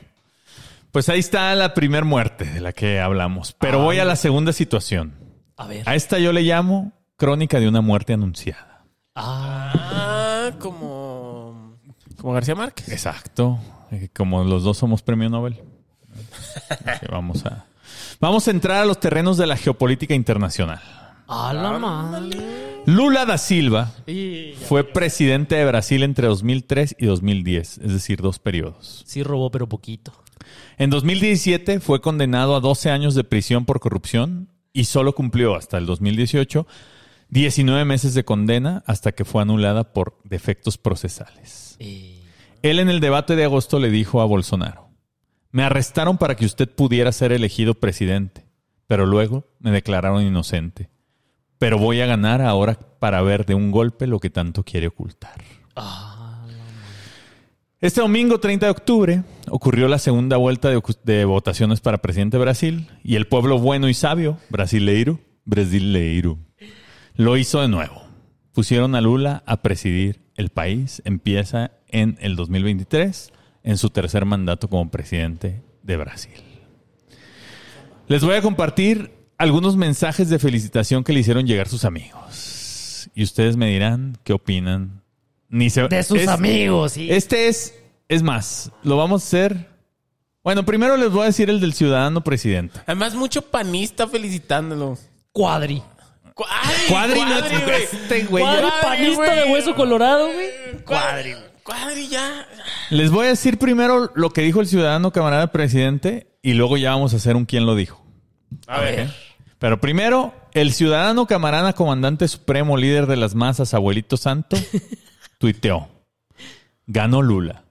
Pues ahí está la primer muerte de la que hablamos. Pero voy a la segunda situación. A ver. A esta yo le llamo crónica de una muerte anunciada. Ah, Ah, como... Como García Márquez. Exacto. Eh, Como los dos somos premio Nobel. Así Vamos a, vamos a entrar a los terrenos de la geopolítica internacional. a la madre. Lula da Silva Y ya. fue presidente de Brasil entre 2003 y 2010, es decir, dos periodos. Sí robó, pero poquito. En 2017 fue condenado a 12 años de prisión por corrupción y solo cumplió hasta el 2018 19 meses de condena hasta que fue anulada por defectos procesales. Y- Él en el debate de agosto le dijo a Bolsonaro, me arrestaron para que usted pudiera ser elegido presidente, pero luego me declararon inocente. Pero voy a ganar ahora para ver de un golpe lo que tanto quiere ocultar. Ah, Este domingo 30 de octubre ocurrió la segunda vuelta de, ocu- de votaciones para presidente de Brasil y el pueblo bueno y sabio, brasileiro, brasileiro, lo hizo de nuevo. Pusieron a Lula a presidir el país. Empieza en el 2023, en su tercer mandato como presidente de Brasil. Les voy a compartir algunos mensajes de felicitación que le hicieron llegar sus amigos. Y ustedes me dirán qué opinan. Ni se- De sus es- amigos, sí. este es, es más, lo vamos a hacer. Bueno, primero les voy a decir el del ciudadano presidente. Además, mucho panista felicitándolo. Cuadri. Cu- ¡Ay, Cuadri, no- cuadri, güey! este güey. Cuadri, panista güey. de hueso colorado, güey. Cuadri. Cuadri, ya. Les voy a decir primero lo que dijo el ciudadano camarada presidente y luego ya vamos a hacer un quién lo dijo. A ver. Pero primero, el ciudadano camarada comandante supremo, líder de las masas, abuelito santo, tuiteó. Ganó Lula.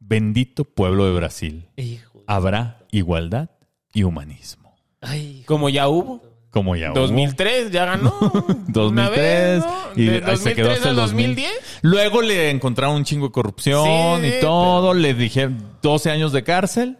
Bendito pueblo de Brasil. Hijo. Habrá igualdad y humanismo. Ay, hijo. Como ya hubo. Como ya hubo. 2003, ya ganó. 2003 Una vez, ¿no? y De ahí se 2003 quedó hasta al el 2010. 2010. Luego le encontraron un chingo de corrupción Sí, y todo, le dijeron 12 años de cárcel.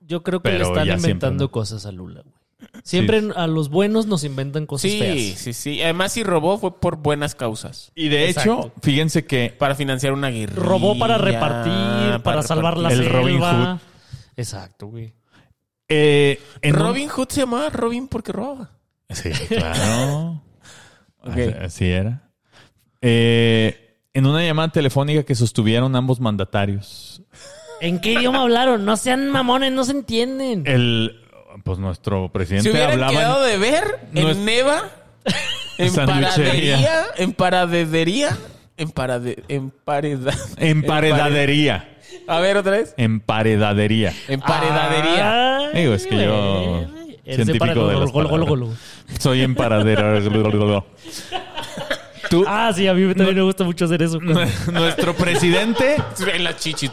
Yo creo que le Pero están ya inventando siempre, ¿no? cosas a Lula, güey. Siempre Sí. a los buenos nos inventan cosas Sí, feas. sí, sí. Además, si robó fue por buenas causas. Y de Exacto. hecho, fíjense que Para financiar una guerra. Robó para repartir, para, salvar la El selva. Robin Hood. Exacto, güey. eh, en un- Robin Hood se llamaba Robin porque robaba. Sí, claro. Ok. Así- Así era. Eh, en una llamada telefónica que sostuvieron ambos mandatarios, ¿En qué idioma hablaron? No sean mamones, no se entienden. Eh, el pues nuestro Se presidente hubieran hablaba en- quedado de ver en No es- Neva, en Sandwichería. paradería, en paradedería, en parade, en pareda, emparedadería, en pare- A ver otra vez. emparedadería. En paredadería. Ay, Digo, es que yo- güey. científico Ese para- de las gol, gol, gol, palabras. gol. Soy emparadero. Tú, Ah, sí, a mí también me gusta mucho hacer eso. nuestro presidente. Ah. En la chichis.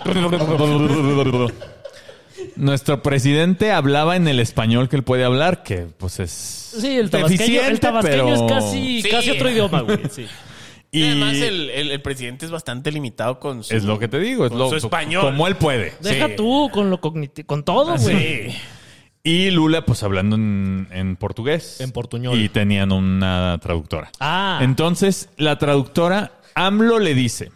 Nuestro presidente hablaba en el español que él puede hablar, que pues es. Sí, el tabasqueño, el tabasqueño es casi, Sí. casi otro idioma, güey. Sí. Y Además, el, el- el presidente es bastante limitado con su... es lo que te digo, es con lo su español. Como él puede. Deja Sí. tú con lo cognitivo, con todo, güey. Sí. Y Lula, pues hablando en, en portugués. En portuñol. Y tenían una traductora. Ah, Entonces, la traductora AMLO le dice,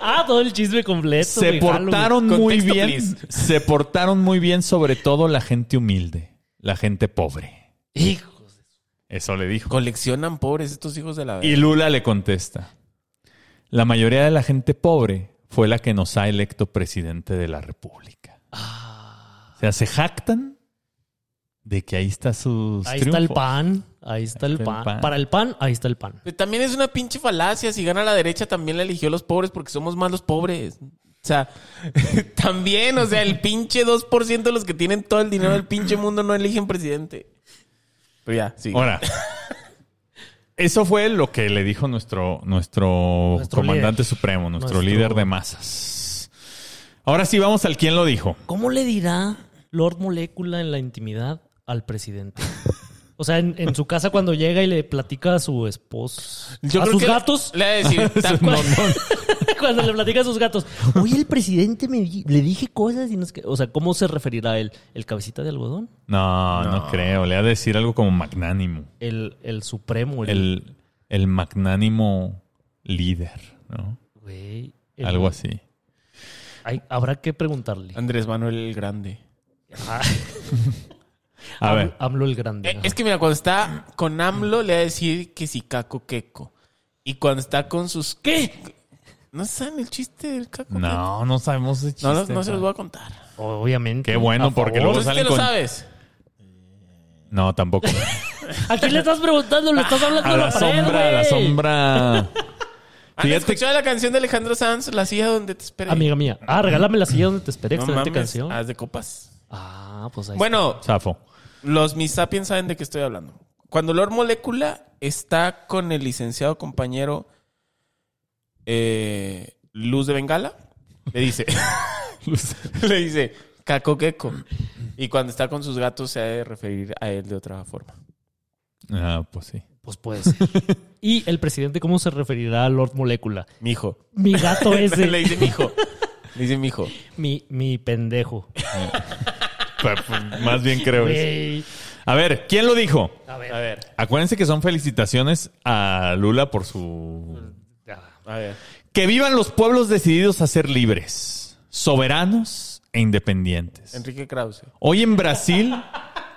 Ah, todo el chisme completo. se güey, jalo, güey. portaron muy Contexto, bien, please. se portaron muy bien sobre todo la gente humilde, la gente pobre. Hijo. Eso le dijo. Coleccionan pobres estos hijos de la Y Lula le contesta, la mayoría de la gente pobre fue la que nos ha electo presidente de la República. Ah. O sea, se jactan de que ahí está sus Ahí está el triunfos. pan. Ahí está el pan. Para el pan, ahí está el pan. Pero También es una pinche falacia. Si gana la derecha, también la eligió los pobres porque somos más los pobres. O sea, también, o sea, el pinche 2% de los que tienen todo el dinero del pinche mundo no eligen presidente. Pero ya, sí. Ahora, eso fue lo que le dijo nuestro, nuestro, Nuestro comandante líder. supremo, nuestro, Nuestro- líder de masas. Ahora sí, vamos al quién lo dijo. ¿Cómo le dirá Lord Molécula en la intimidad al presidente? O sea, en, en su casa cuando llega y le platica a su esposo, a sus que le- gatos, Le, voy a decir, tal cual. cuando le platica a sus gatos, oye, el presidente me di- le dije cosas y no es que, o sea, ¿cómo se referirá él? ¿El cabecita de algodón? No, no, creo. Le ha de decir algo como magnánimo. ¿El, el supremo? El, el magnánimo líder, ¿no? güey, el- Algo así. hay- habrá que preguntarle. Andrés Manuel el Grande. Ah, A ver, AMLO el grande. Eh, ajá. es que mira, cuando está con AMLO, le va a decir que si caco queco. Y cuando está con sus. ¿Qué? ¿No saben el chiste del caco queco? no, no sabemos de chiste. No, los- no se los pa. voy a contar. Obviamente. Qué bueno, a porque favor. luego Entonces, ¿te salen lo con- sabes? No, tampoco. ¿A quién le estás preguntando? Le estás hablando A la pared, sombra, a la güey. sombra. ¿Han Fíjate- escuchado Ah, la canción de Alejandro Sanz, La silla donde te esperé? Amiga mía. Ah, regálame la silla donde te esperé. No Excelente mames, canción. haz de copas. Ah, pues ahí Bueno, Zafo. los mis sapiens saben de qué estoy hablando. Cuando Lord Molécula está con el licenciado compañero eh, Luz de Bengala, le dice, le dice, caco queco. Y cuando está con sus gatos se ha de referir a él de otra forma. Ah, pues sí. está. Pues puede ser. ¿Y el presidente cómo se referirá a Lord Molécula? Mi hijo. Mi gato ese. le dice mi hijo. Le dice mi hijo. mi, mi pendejo. pues, Más bien creo eso. Güey. A ver, ¿quién lo dijo? A ver. A ver, Acuérdense que son felicitaciones a Lula por su... Ah, a ver. Que vivan los pueblos decididos a ser libres, soberanos e independientes. Enrique Krause. Hoy en Brasil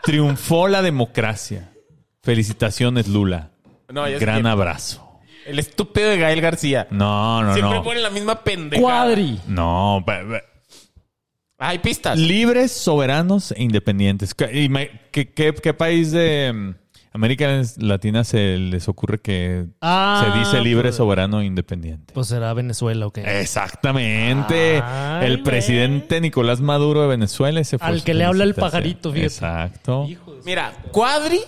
triunfó la democracia. Felicitaciones, Lula. No, ya sé Gran quién. abrazo. El estúpido de Gael García. No, no, Siempre no. ponen la misma pendeja. Cuadri. No, ba- ba- Hay pistas. libres, soberanos e independientes. ¿Qué- y me- ¿Qué, qué- qué país de mm, América Latina se les ocurre que Ah, se dice libre, Eh, pues- soberano e independiente? Pues será Venezuela o qué. Exactamente. Ay, el güey. presidente Nicolás Maduro de Venezuela. Ese fue Al su que le habla el felicitación. pajarito, fíjate. Exacto. Hijo de- Mira, Cuadri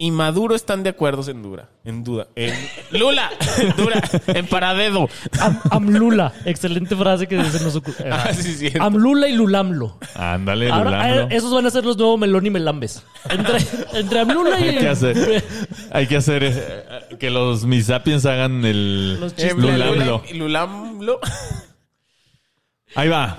y Maduro están de acuerdo en duda. En duda. En Lula, en dura, en paradedo. Am- Amlula. Excelente frase que se nos ocurre. Ah, sí, sí. Amlula y Lulamlo. Ándale, Ahora, Lulando. eh, esos van a ser los nuevos Melón y Melambes. Entre, entre Amlula y. Hay que hacer, hay que hacer eh, que los misapiens hagan el Los chistes. lulamlo. Y Lulamlo. Ahí va.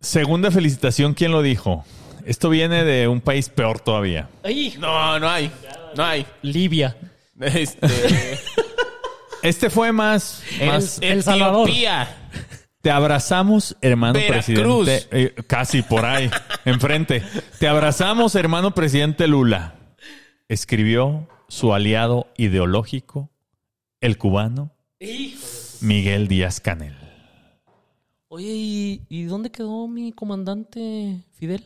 Segunda felicitación, ¿quién lo dijo? Esto viene de un país peor todavía. Ay, No, no hay. No hay. Libia. Este, Este fue más, Eh. más El Salvador. Etiopía. te abrazamos, hermano Veracruz. presidente. Eh, casi por ahí, enfrente. Te abrazamos, hermano presidente Lula. Escribió su aliado ideológico, el cubano Miguel Díaz Canel. Oye, ¿y, y dónde quedó mi comandante Fidel?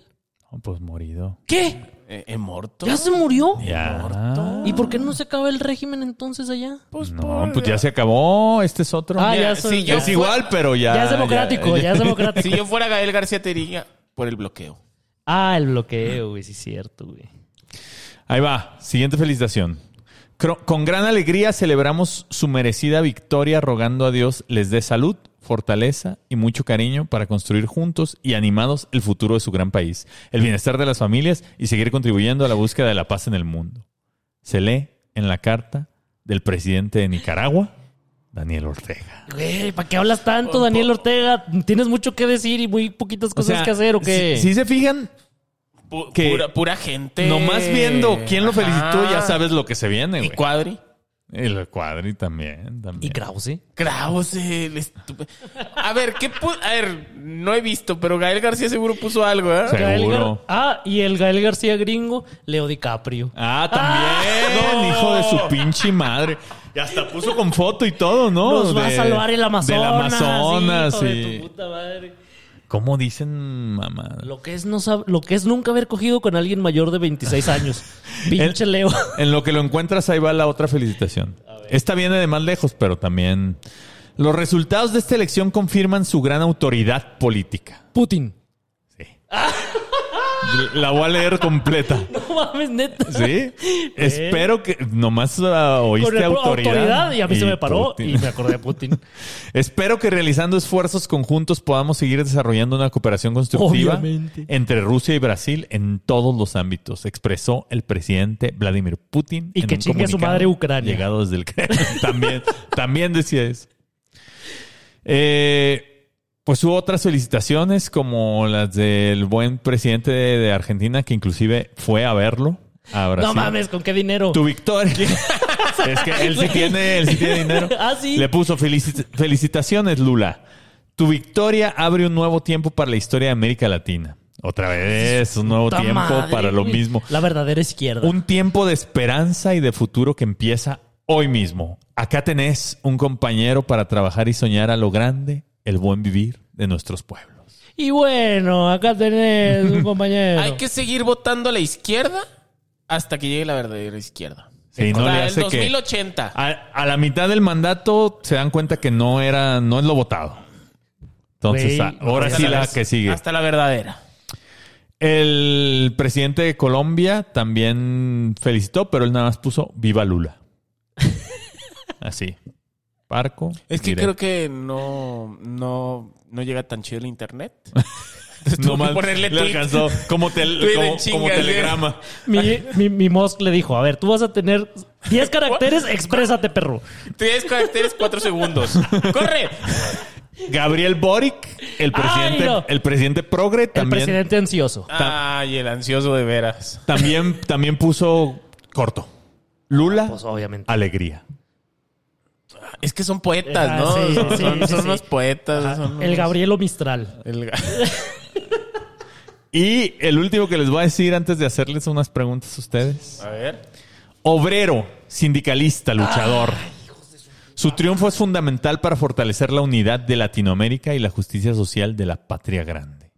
Oh, pues morido. ¿Qué? Eh, ¿eh, morto? ¿Ya se murió? Ya. ¿Y por qué no se acaba el régimen entonces allá? Pues, No, por- pues ya se acabó. Este es otro. Ah, Mira, ya son- sí, yo ya- es igual, pero ya. ya es democrático, ya, es democrático. Si yo fuera Gael García te diría por el bloqueo. Ah, el bloqueo, güey, sí es cierto, güey. Ahí va. Siguiente felicitación. Cro- Con gran alegría celebramos su merecida victoria, rogando a Dios les dé salud, fortaleza y mucho cariño para construir juntos y animados el futuro de su gran país, el bienestar de las familias y seguir contribuyendo a la búsqueda de la paz en el mundo. Se lee en la carta del presidente de Nicaragua, Daniel Ortega. Güey, ¿para qué hablas tanto, Daniel Ortega? Tienes mucho que decir y muy poquitas cosas sea, que hacer, ¿o Pues qué? Si, si se fijan, Pu- ¿Qué? Pura, pura gente. nomás viendo quién lo felicitó, Ajá. ya sabes lo que se viene, Y güey. Cuadri. El cuadri también. también. Y Krause. Krause, el estupe- A ver, ¿qué pu- A ver, no he visto, pero Gael García seguro puso algo, ¿eh? Sí. Gael Gar- Seguro. ah, y el Gael García gringo, Leo DiCaprio. Ah, también. ¡No! Hijo de su pinche madre. Y hasta puso con foto y todo, ¿no? Nos va a De- salvar el Amazonas. Del Amazonas, hijo de sí. tu puta madre. ¿Cómo dicen, mamá? Lo que, es no sab- lo que es nunca haber cogido con alguien mayor de 26 años. Pinche En- Leo. En lo que lo encuentras, ahí va la otra felicitación. Esta viene de más lejos, pero también. Los resultados de esta elección confirman su gran autoridad política. Putin. Sí. La voy a leer completa. No mames, neta. Sí. Espero que nomás ah, Con oíste el pro- autoridad. y a mí se me paró Putin. y me acordé de Putin. Espero que realizando esfuerzos conjuntos podamos seguir desarrollando una cooperación constructiva Obviamente. entre Rusia y Brasil en todos los ámbitos, expresó el presidente Vladimir Putin. Y en que un chingue a su comunicado madre Ucrania. Llegado desde el Kremlin. también, también decía eso. Eh, pues hubo otras felicitaciones como las del buen presidente de, de Argentina que inclusive fue a verlo a Brasil. No mames, ¿con qué dinero? Tu victoria. es que él sí Güey. tiene, él sí tiene dinero. Ah, sí. Le puso "Felici- felicitaciones, Lula. Tu victoria abre un nuevo tiempo para la historia de América Latina. Otra vez, un nuevo Puta tiempo madre, para lo güey. mismo. La verdadera izquierda. Un tiempo de esperanza y de futuro que empieza hoy mismo. Acá tenés un compañero para trabajar y soñar a lo grande, el buen vivir de nuestros pueblos. Y bueno, acá tenés un compañero. Hay que seguir votando a la izquierda hasta que llegue la verdadera izquierda. Sí, no o sea, le el hace que- Ah, 2080. A, a la mitad del mandato se dan cuenta que no era, no es lo votado. Entonces, Güey, ah, ahora hasta sí la la vez- que sigue. Hasta la verdadera. El presidente de Colombia también felicitó, pero él nada más puso viva Lula. Así. Parco. Es que creo directo. que no, no, no llega tan chido el internet. Entonces tuvo no que más ponerle le tweet. alcanzó como, tel- Tweet en como, chinga, como sí. telegrama. Mi, mi, mi Musk le dijo, a ver, tú vas a tener 10 caracteres, exprésate, perro. Tres caracteres, cuatro segundos. ¡Corre! Gabriel Boric, el presidente, no. el presidente progre, El también, presidente ansioso. Ay, el ansioso de veras. también, también puso corto. Lula, Pues Ah, obviamente. alegría. Es que son poetas, Ah, ¿no? sí, son sí, son- sí, son sí. unos poetas. son El unos- Gabrielo Mistral. el ga- Y el último que les voy a decir antes de hacerles unas preguntas a ustedes. A ver. Obrero, sindicalista, luchador. Su triunfo es fundamental para fortalecer la unidad de Latinoamérica y la justicia social de la patria grande,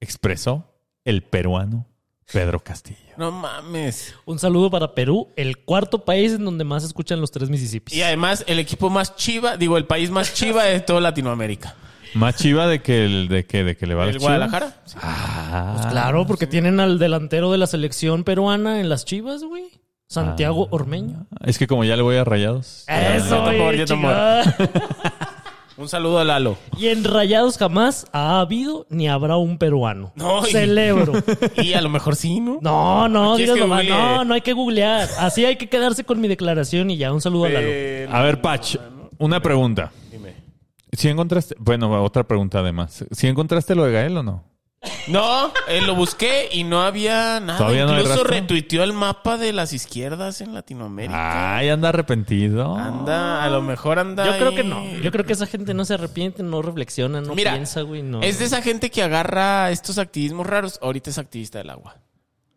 expresó el peruano Pedro Castillo. No mames. Un saludo para Perú, el cuarto país en donde más escuchan los tres Mississippis. Y además, el equipo más chiva, digo, el país más chiva de toda Latinoamérica. Más chiva de que, el, de que, de que le va a ¿El las Guadalajara? Chivas. Ah, Pues Claro, porque tienen al delantero de la selección peruana en las Chivas, güey. Santiago Ormeño. es que como ya le voy a Eh. rayados. Eso, tomo, güey, yo tomo. chingada. Un saludo a Lalo. Y en Rayados jamás ha habido ni habrá un peruano. No, y- Celebro. Y a lo mejor sí, ¿no? No, no, digas ¿Quieres que nomás, googlee? no, no hay que googlear. Así hay que quedarse con mi declaración y ya. Un saludo a Lalo. Eh, A ver, Pach, una pregunta. dime. Si encontraste, bueno, otra pregunta además. ¿Si encontraste lo de Gael o no? No, eh, lo busqué y no había nada. ¿Todavía no hay Incluso rastro? retuiteó el mapa de las izquierdas en Latinoamérica. Ay, anda arrepentido. Anda, a lo mejor anda. Yo creo que ahí. no. Yo creo que esa gente no se arrepiente, no reflexiona, no Mira, piensa, güey. No. Es de esa gente que agarra estos activismos raros. Ahorita es activista del agua.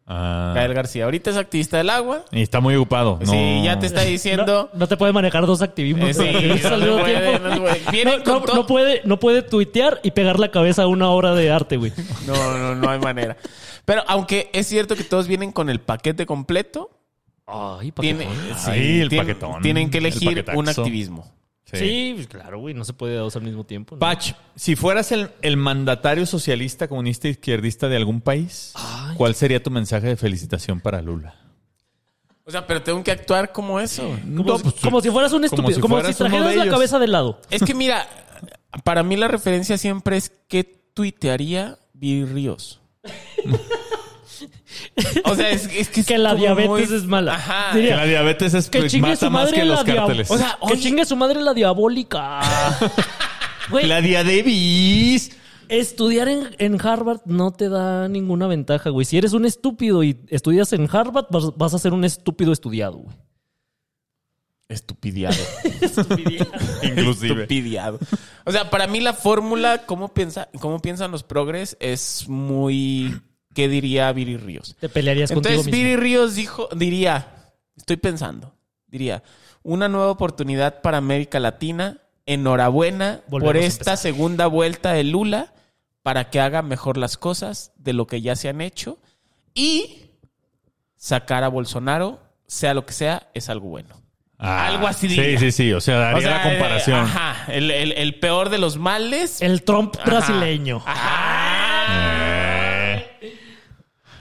Ah. Gael García, ahorita es activista del agua. Y está muy ocupado. Sí, no. ya te está diciendo. No, no te puede manejar dos activismos. Eh, sí, no al se mismo puede, tiempo. no se puede. Vienen No, con no- todo. no puede, no puede tuitear y pegar la cabeza a una obra de arte, güey. No, no, no hay manera. Pero aunque es cierto que todos vienen con el paquete completo, Ay, tiene- sí, Ay, el tien- paquetón. tienen que El elegir un paquetaxo. activismo. Sí, pues, claro, güey. No se puede dos al mismo tiempo. ¿no? Pach, si fueras el, el mandatario socialista, comunista, izquierdista de algún país, Ay. ¿cuál sería tu mensaje de felicitación para Lula? O sea, pero tengo que actuar como eso. Como, pues como si fueras un estúpido. Como si, fueras uno trajeras de la ellos. cabeza de lado. Es que mira, para mí la referencia siempre es que tuitearía Viri Ríos. O sea, es, es que es Que la como diabetes muy- es mala. Ajá. Diría, Que la diabetes es pues, Que chingue mata su más madre que la los dia- cárteles. O sea, que oye. chingue su madre la diabólica. Güey, la diabetes. estudiar en, en Harvard no te da ninguna ventaja, güey. Si eres un estúpido y estudias en Harvard, vas, vas a ser un estúpido estudiado, güey. Estupideado. Inclusive. Estupideado. O sea, para mí la fórmula, cómo, piensa, cómo piensan los progres, es muy. ¿Qué diría Viri Ríos? Te pelearías Entonces contigo mismo. Viri Ríos dijo, diría, estoy pensando, diría, una nueva oportunidad para América Latina. Enhorabuena Volvemos por a esta empezar. segunda vuelta de Lula para que haga mejor las cosas de lo que ya se han hecho y sacar a Bolsonaro, sea lo que sea, es algo bueno. Ah, Algo así Sí, diría. sí, sí. O sea, daría O sea, la comparación. eh, ajá, el, el- el peor de los males. El Trump Ajá. brasileño. Ah, Eh.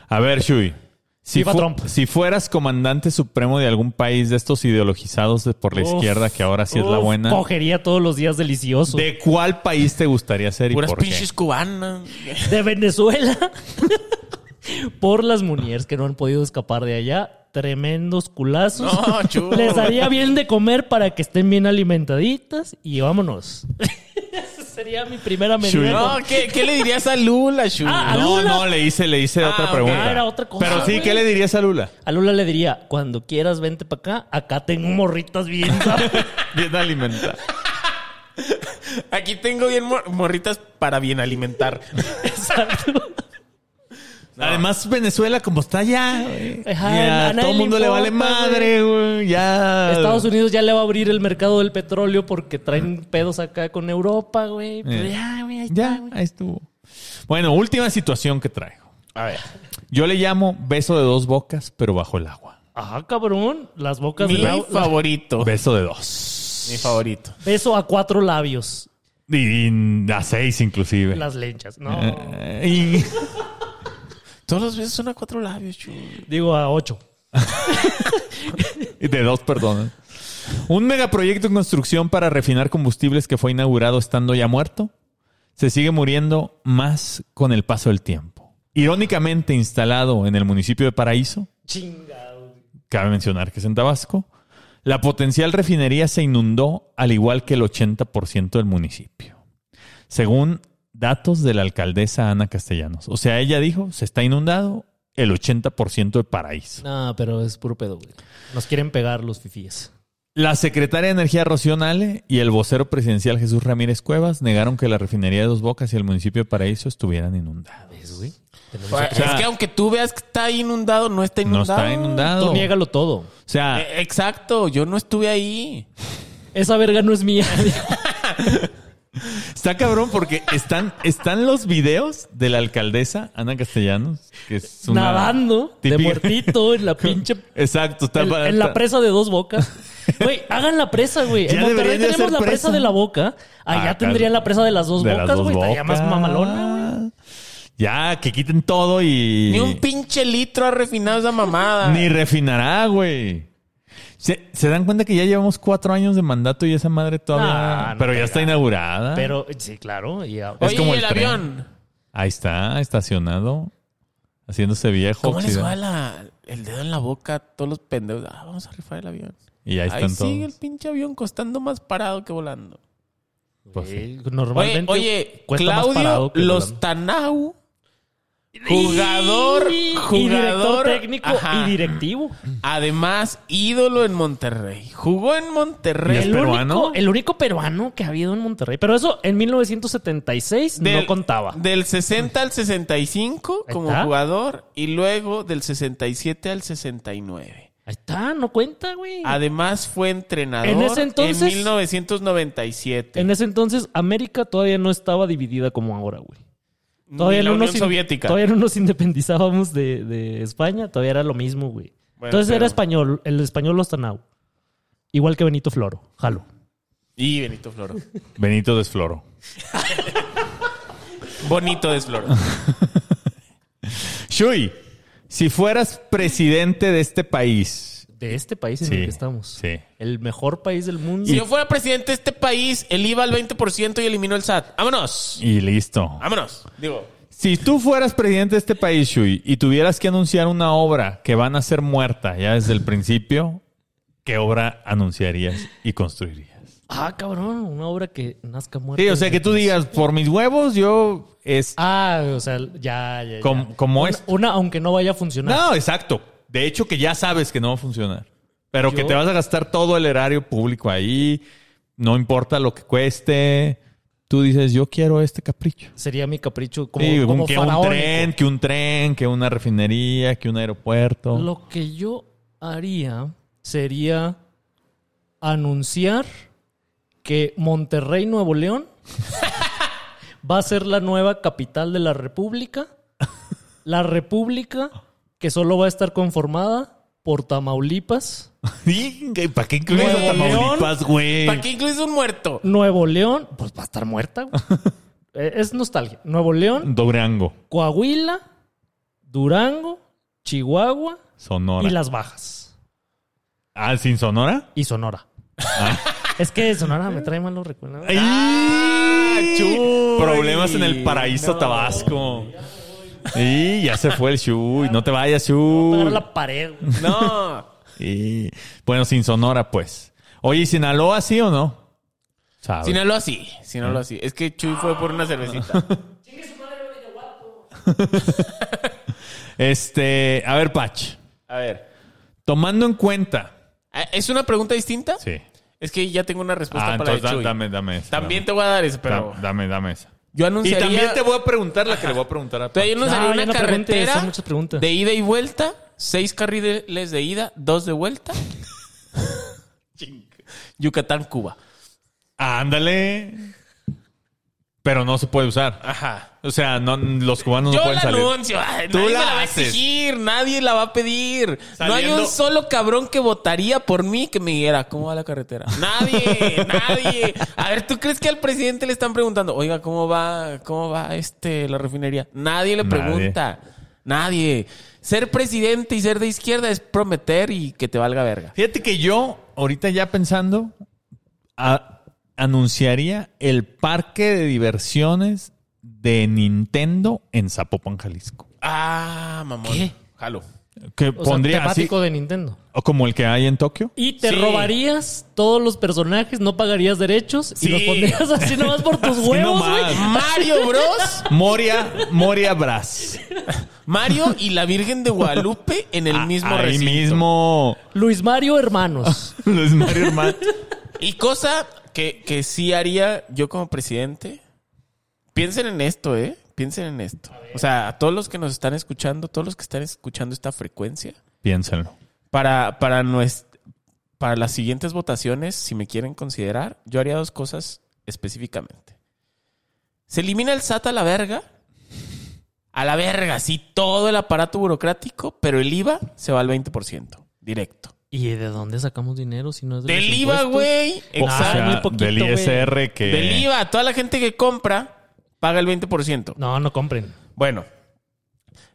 A ver, Shui. Si, Viva fu- Trump. si fueras comandante supremo de algún país de estos ideologizados de por la Uf, izquierda, que ahora sí es la Uf, buena, Cogería todos los días delicioso. De, ¿de cuál país te gustaría ser y Puras por qué? pinches cubanas. Venezuela. Por las muñeres que no han podido escapar de allá. Tremendos culazos. No, chulo. Les daría bien de comer para que estén bien alimentaditas y vámonos. Esa sería mi primera medida. No, ¿qué, qué le dirías a Lula, Shui? Ah, a No, Lula. no, le hice, le hice Ah, otra ok. pregunta. Ah, era otra cosa, Pero sí, güey. ¿qué le dirías a Lula? A Lula le diría, cuando quieras vente para acá, acá tengo morritas bien. Bien alimentada. Aquí tengo bien mor- morritas para bien alimentar. Exacto. Además, Venezuela, como está ya, güey, Ajá, ya a nadie todo el le mundo le vale importa, güey. madre, güey. Ya. Estados Unidos ya le va a abrir el mercado del petróleo porque traen pedos acá con Europa, güey. Pues Eh. ya, güey, ahí está, Ya, güey. ahí estuvo. Bueno, última situación que traigo. A ver. Yo le llamo beso de dos bocas, pero bajo el agua. Ajá, Ah, cabrón. Las bocas Mi del agua. favorito. Beso de dos. Mi favorito. Beso a cuatro labios. Y a seis, inclusive. Las lenchas. No. Eh, y- Todos los besos son a cuatro labios, chulo. Digo a ocho. y de dos, perdón. Un megaproyecto en construcción para refinar combustibles que fue inaugurado estando ya muerto, se sigue muriendo más con el paso del tiempo. Irónicamente instalado en el municipio de Paraíso, Chingado. cabe mencionar que es en Tabasco, la potencial refinería se inundó al igual que el 80% del municipio. Según datos de la alcaldesa Ana Castellanos. O sea, ella dijo, se está inundado el 80% de paraíso. No, pero es puro pedo, güey. Nos quieren pegar los fifíes. La secretaria de Energía Rocío Nale y el vocero presidencial Jesús Ramírez Cuevas negaron que la refinería de Dos Bocas y el municipio de Paraíso estuvieran inundados. ¿Ves, güey? Tenemos O sea, otro- es que aunque tú veas que está inundado, no está No inundado. está inundado. Tú O niégalo todo. sea, Eh, exacto, yo no estuve ahí. Esa verga no es mía. Está cabrón porque están, están los videos de la alcaldesa Ana Castellanos, que es una Nadando de típica- muertito en la pinche Exacto, está en, para- en la presa de dos bocas. Güey, hagan la presa, güey. En Ya Monterrey deberían de tenemos hacer la presa. presa. de la boca. Allá Acá- tendrían la presa de las dos de las bocas, dos güey. Estaría más bocas. mamalona, güey. Ya, que quiten todo y Ni un pinche litro ha refinado esa mamada. ni refinará, güey. ¿Se, se dan cuenta que ya llevamos cuatro años de mandato y esa madre todavía, Ah, no pero te ya está hagas. inaugurada. Pero, sí, claro. y a- Oye, es como ¿y el, el tren. avión. Ahí está, estacionado, haciéndose viejo. ¿Cómo les oxidado. juega la- el dedo en la boca a todos los pendejos? Ah, vamos a rifar el avión. Y ahí Ahí, están sigue el todos. pinche avión costando más parado que volando. Pues sí. eh, Oye, normalmente oye cuesta más Claudio parado que volando. Lostanau, jugador, Y- y director jugador técnico ajá. y directivo. Además, ídolo en Monterrey. Jugó en ¿Y es Monterrey. El peruano? único, el único peruano que ha habido en Monterrey. Pero eso en 1976 Del- no contaba. Del 60 al 65 Ahí como está. jugador y luego del 67 al 69. Ahí está, no cuenta, güey. Ah, Además fue entrenador En en, ese entonces- 1997. En ese entonces, América todavía no estaba dividida como ahora, güey. Ni Todavía la no Unión nos in- Soviética. Todavía no nos independizábamos de, de España, todavía era lo mismo, güey. Bueno, Entonces pero- era español, el español Lostanau. Igual que Benito Floro, jalo. Y Benito Floro. Benito Desfloro. Bonito es Floro. Shui, si fueras presidente de este país, De este país en Sí, el que estamos. sí. El mejor país del mundo. Si yo fuera presidente de este país, el IVA al 20% y eliminó el SAT. ¡Vámonos! y listo. Ah. ¡Vámonos! Digo, Si tú fueras presidente de este país, Shui, y tuvieras que anunciar una obra que van a ser muerta ya desde el principio, ¿qué obra anunciarías y construirías? Ah, cabrón, una obra que nazca muerta. Sí, o sea, que tú digas, por mis huevos, yo es... Ah, o sea, ya, ya. ya. Como- como Una- es- Una, aunque no vaya a funcionar. No, exacto. De hecho, que ya sabes que no va a funcionar. Pero que Yo- te vas a gastar todo el erario público ahí, no importa lo que cueste. Tú dices, yo quiero este capricho. Sería mi capricho como, Sí, un- como que un faraónico. tren, que un tren, que una refinería, que un aeropuerto. Lo que yo haría sería anunciar que Monterrey, Nuevo León, va a ser la nueva capital de la República. La República que solo va a estar conformada por Tamaulipas, ¿Para qué incluyes Nuevo a Tamaulipas, güey? ¿Para qué incluís un muerto? Nuevo León, pues va a estar muerta. güey. Eh, es nostalgia. Nuevo León, Dobrango, Coahuila, Durango, Chihuahua Sonora. y Las Bajas. Ah, ¿sin Sonora? y Sonora. Ah. Es que Sonora me trae malos recuerdos. ¡Ay! Problemas en el paraíso Tabasco. Y ya se fue el Chuy. No te vayas, Pegar Chuy. la pared. No. Y, bueno, sin Sonora, pues. Oye, ¿y Sinaloa sí o no? ¿Sabes? Sinaloa así. Sinaloa así. Es que Chuy fue por una cervecita. Este, a ver, Pach. A ver. ¿Eh, Tomando en cuenta. ¿Es una pregunta distinta? Sí. Es que ya tengo una respuesta Ah, para entonces el da- Chuy. dame, dame esa. También dame. te voy a dar esa, pero... Da- dame, dame esa. Yo Y anunciaría... también te voy a preguntar la que le voy a preguntar a Ah, Entonces, yo anunciaría No, una ya no preguntes, carretera son muchas preguntas. de ida y vuelta, seis carriles de ida, dos de vuelta. Ching. Yucatán, Cuba. Ándale. Pero no se puede usar. Ajá. O sea, no, los cubanos Yo no pueden la salir. anuncio. Ay, Tú nadie la me la va a haces. exigir. Nadie la va a pedir. No hay Saliendo- un solo cabrón que votaría por mí que me dijera, ¿cómo va la carretera? Nadie, nadie. A ver, ¿tú crees que al presidente le están preguntando, oiga, ¿cómo va, cómo va este, la refinería? Nadie le Nadie. pregunta. Nadie. Ser presidente y ser de izquierda es prometer y que te valga verga. Fíjate que yo, ahorita ya pensando, a- anunciaría el parque de diversiones de Nintendo en Zapopan, Jalisco. Ah, mamón. ¿Qué? Jalo. Que O sea, pondría así, temático de Nintendo. o como el que hay en Tokio. Y te Sí. robarías todos los personajes, no pagarías derechos y los pondrías así nomás por tus Así huevos, nomás. güey. Mario Bros, Moria, Moria Brás. Mario y la Virgen de Guadalupe en el A- Ah, mismo Ah, Ahí recinto. mismo. Luis Mario Hermanos. Luis Mario Hermano. Y cosa que, que sí haría yo como presidente. Piensen en esto, ¿eh? Piensen en esto. O sea, a todos los que nos están escuchando, todos los que están escuchando esta frecuencia, Piénsenlo. para, para, nues- para las siguientes votaciones, si me quieren considerar, yo haría dos cosas específicamente. Se elimina el SAT a la verga. A la verga, sí, todo el aparato burocrático, pero el IVA se va al 20%, directo. ¿Y de dónde sacamos dinero si no es de Del los IVA, impuestos? güey. O sea, eh. Exacto. muy poquito, del güey. ISR que. Del IVA, toda la gente que compra paga el 20%. No, no compren. Bueno.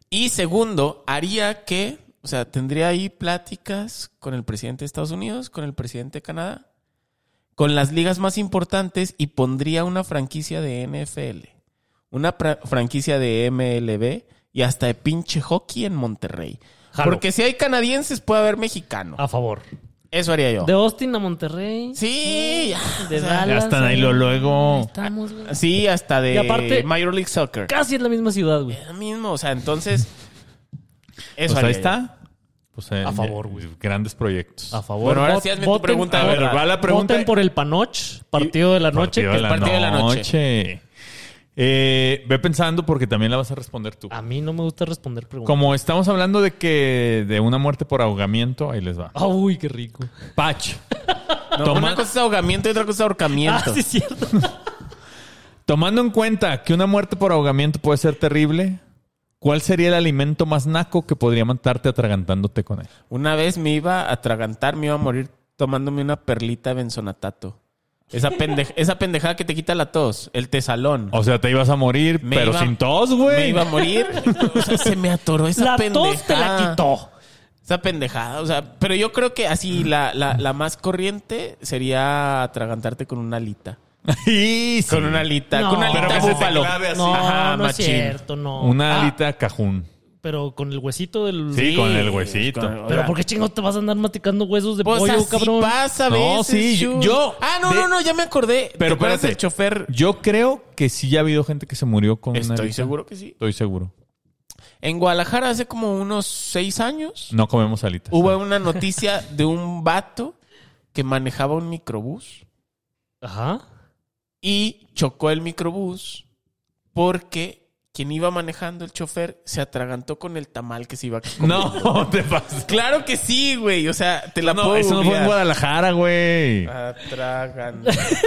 Y segundo, haría que, o sea, tendría ahí pláticas con el presidente de Estados Unidos, con el presidente de Canadá, con las ligas más importantes y pondría una franquicia de NFL, una pra- franquicia de MLB y hasta de pinche hockey en Monterrey. Jalo. Porque si hay canadienses puede haber mexicano. A favor. Eso haría yo. De Austin a Monterrey. Sí, ya. De o sea, Dallas. Ya están ahí lo luego. Estamos, güey. Sí, hasta de Y aparte- Major League Soccer. Casi es la misma ciudad, güey. Lo mismo, o sea, entonces. Eso Pues ahí haría yo. está. Pues, eh, A favor, güey. Grandes proyectos. A favor. Bueno, ahora Vot- sí hazme tu voten- pregunta. A ver, ¿verdad? va la pregunta. Voten por el Panoch, partido de la noche. Partido que- de la partido de la noche. noche. Eh, ve pensando porque también la vas a responder tú. A mí no me gusta responder preguntas. Como estamos hablando de que de una muerte por ahogamiento, ahí les va. Ah, Uy, qué rico. Pach, No, Toma- Una cosa es ahogamiento y otra cosa es Ah, ahorcamiento. sí, es cierto. tomando en cuenta que una muerte por ahogamiento puede ser terrible, ¿cuál sería el alimento más naco que podría matarte atragantándote con él? Una vez me iba a atragantar, me iba a morir tomándome una perlita de benzonatato. Esa, pendeja, esa pendejada que te quita la tos, el tesalón. O sea, te ibas a morir, Me pero iba- sin tos, me güey. iba a morir. O sea, se me atoró esa La pendejada. tos te la quitó. Esa pendejada, o sea, pero yo creo que así la, la, la más corriente sería atragantarte con una alita. Y sí. Con una alita, No. con una alita Pero que se te búfalo. clave así. No, Ajá, no es machín. cierto, no. Una Ah, alita cajún. Pero con el huesito del. Sí, con el huesito. Con- Pero ¿por qué chingo te vas a andar maticando huesos de Pues pollo, así cabrón? pasa a No, veces, sí, yo- Shu. yo- Ah, no, de- no, no, ya me acordé. Pero ¿Te acuerdas espérate. del chofer? Yo creo que sí ya ha habido gente que se murió con una Estoy alita. seguro que sí. Estoy seguro. En Guadalajara hace como unos seis años No comemos alitas. hubo una noticia de un vato que manejaba un microbús Ajá. y chocó el microbús porque quien iba manejando el chofer se atragantó con el tamal que se iba a comer. No, te pases. Claro que sí, güey. O sea, te la No, puedo eso no fue en googlear. Ah, Guadalajara, güey.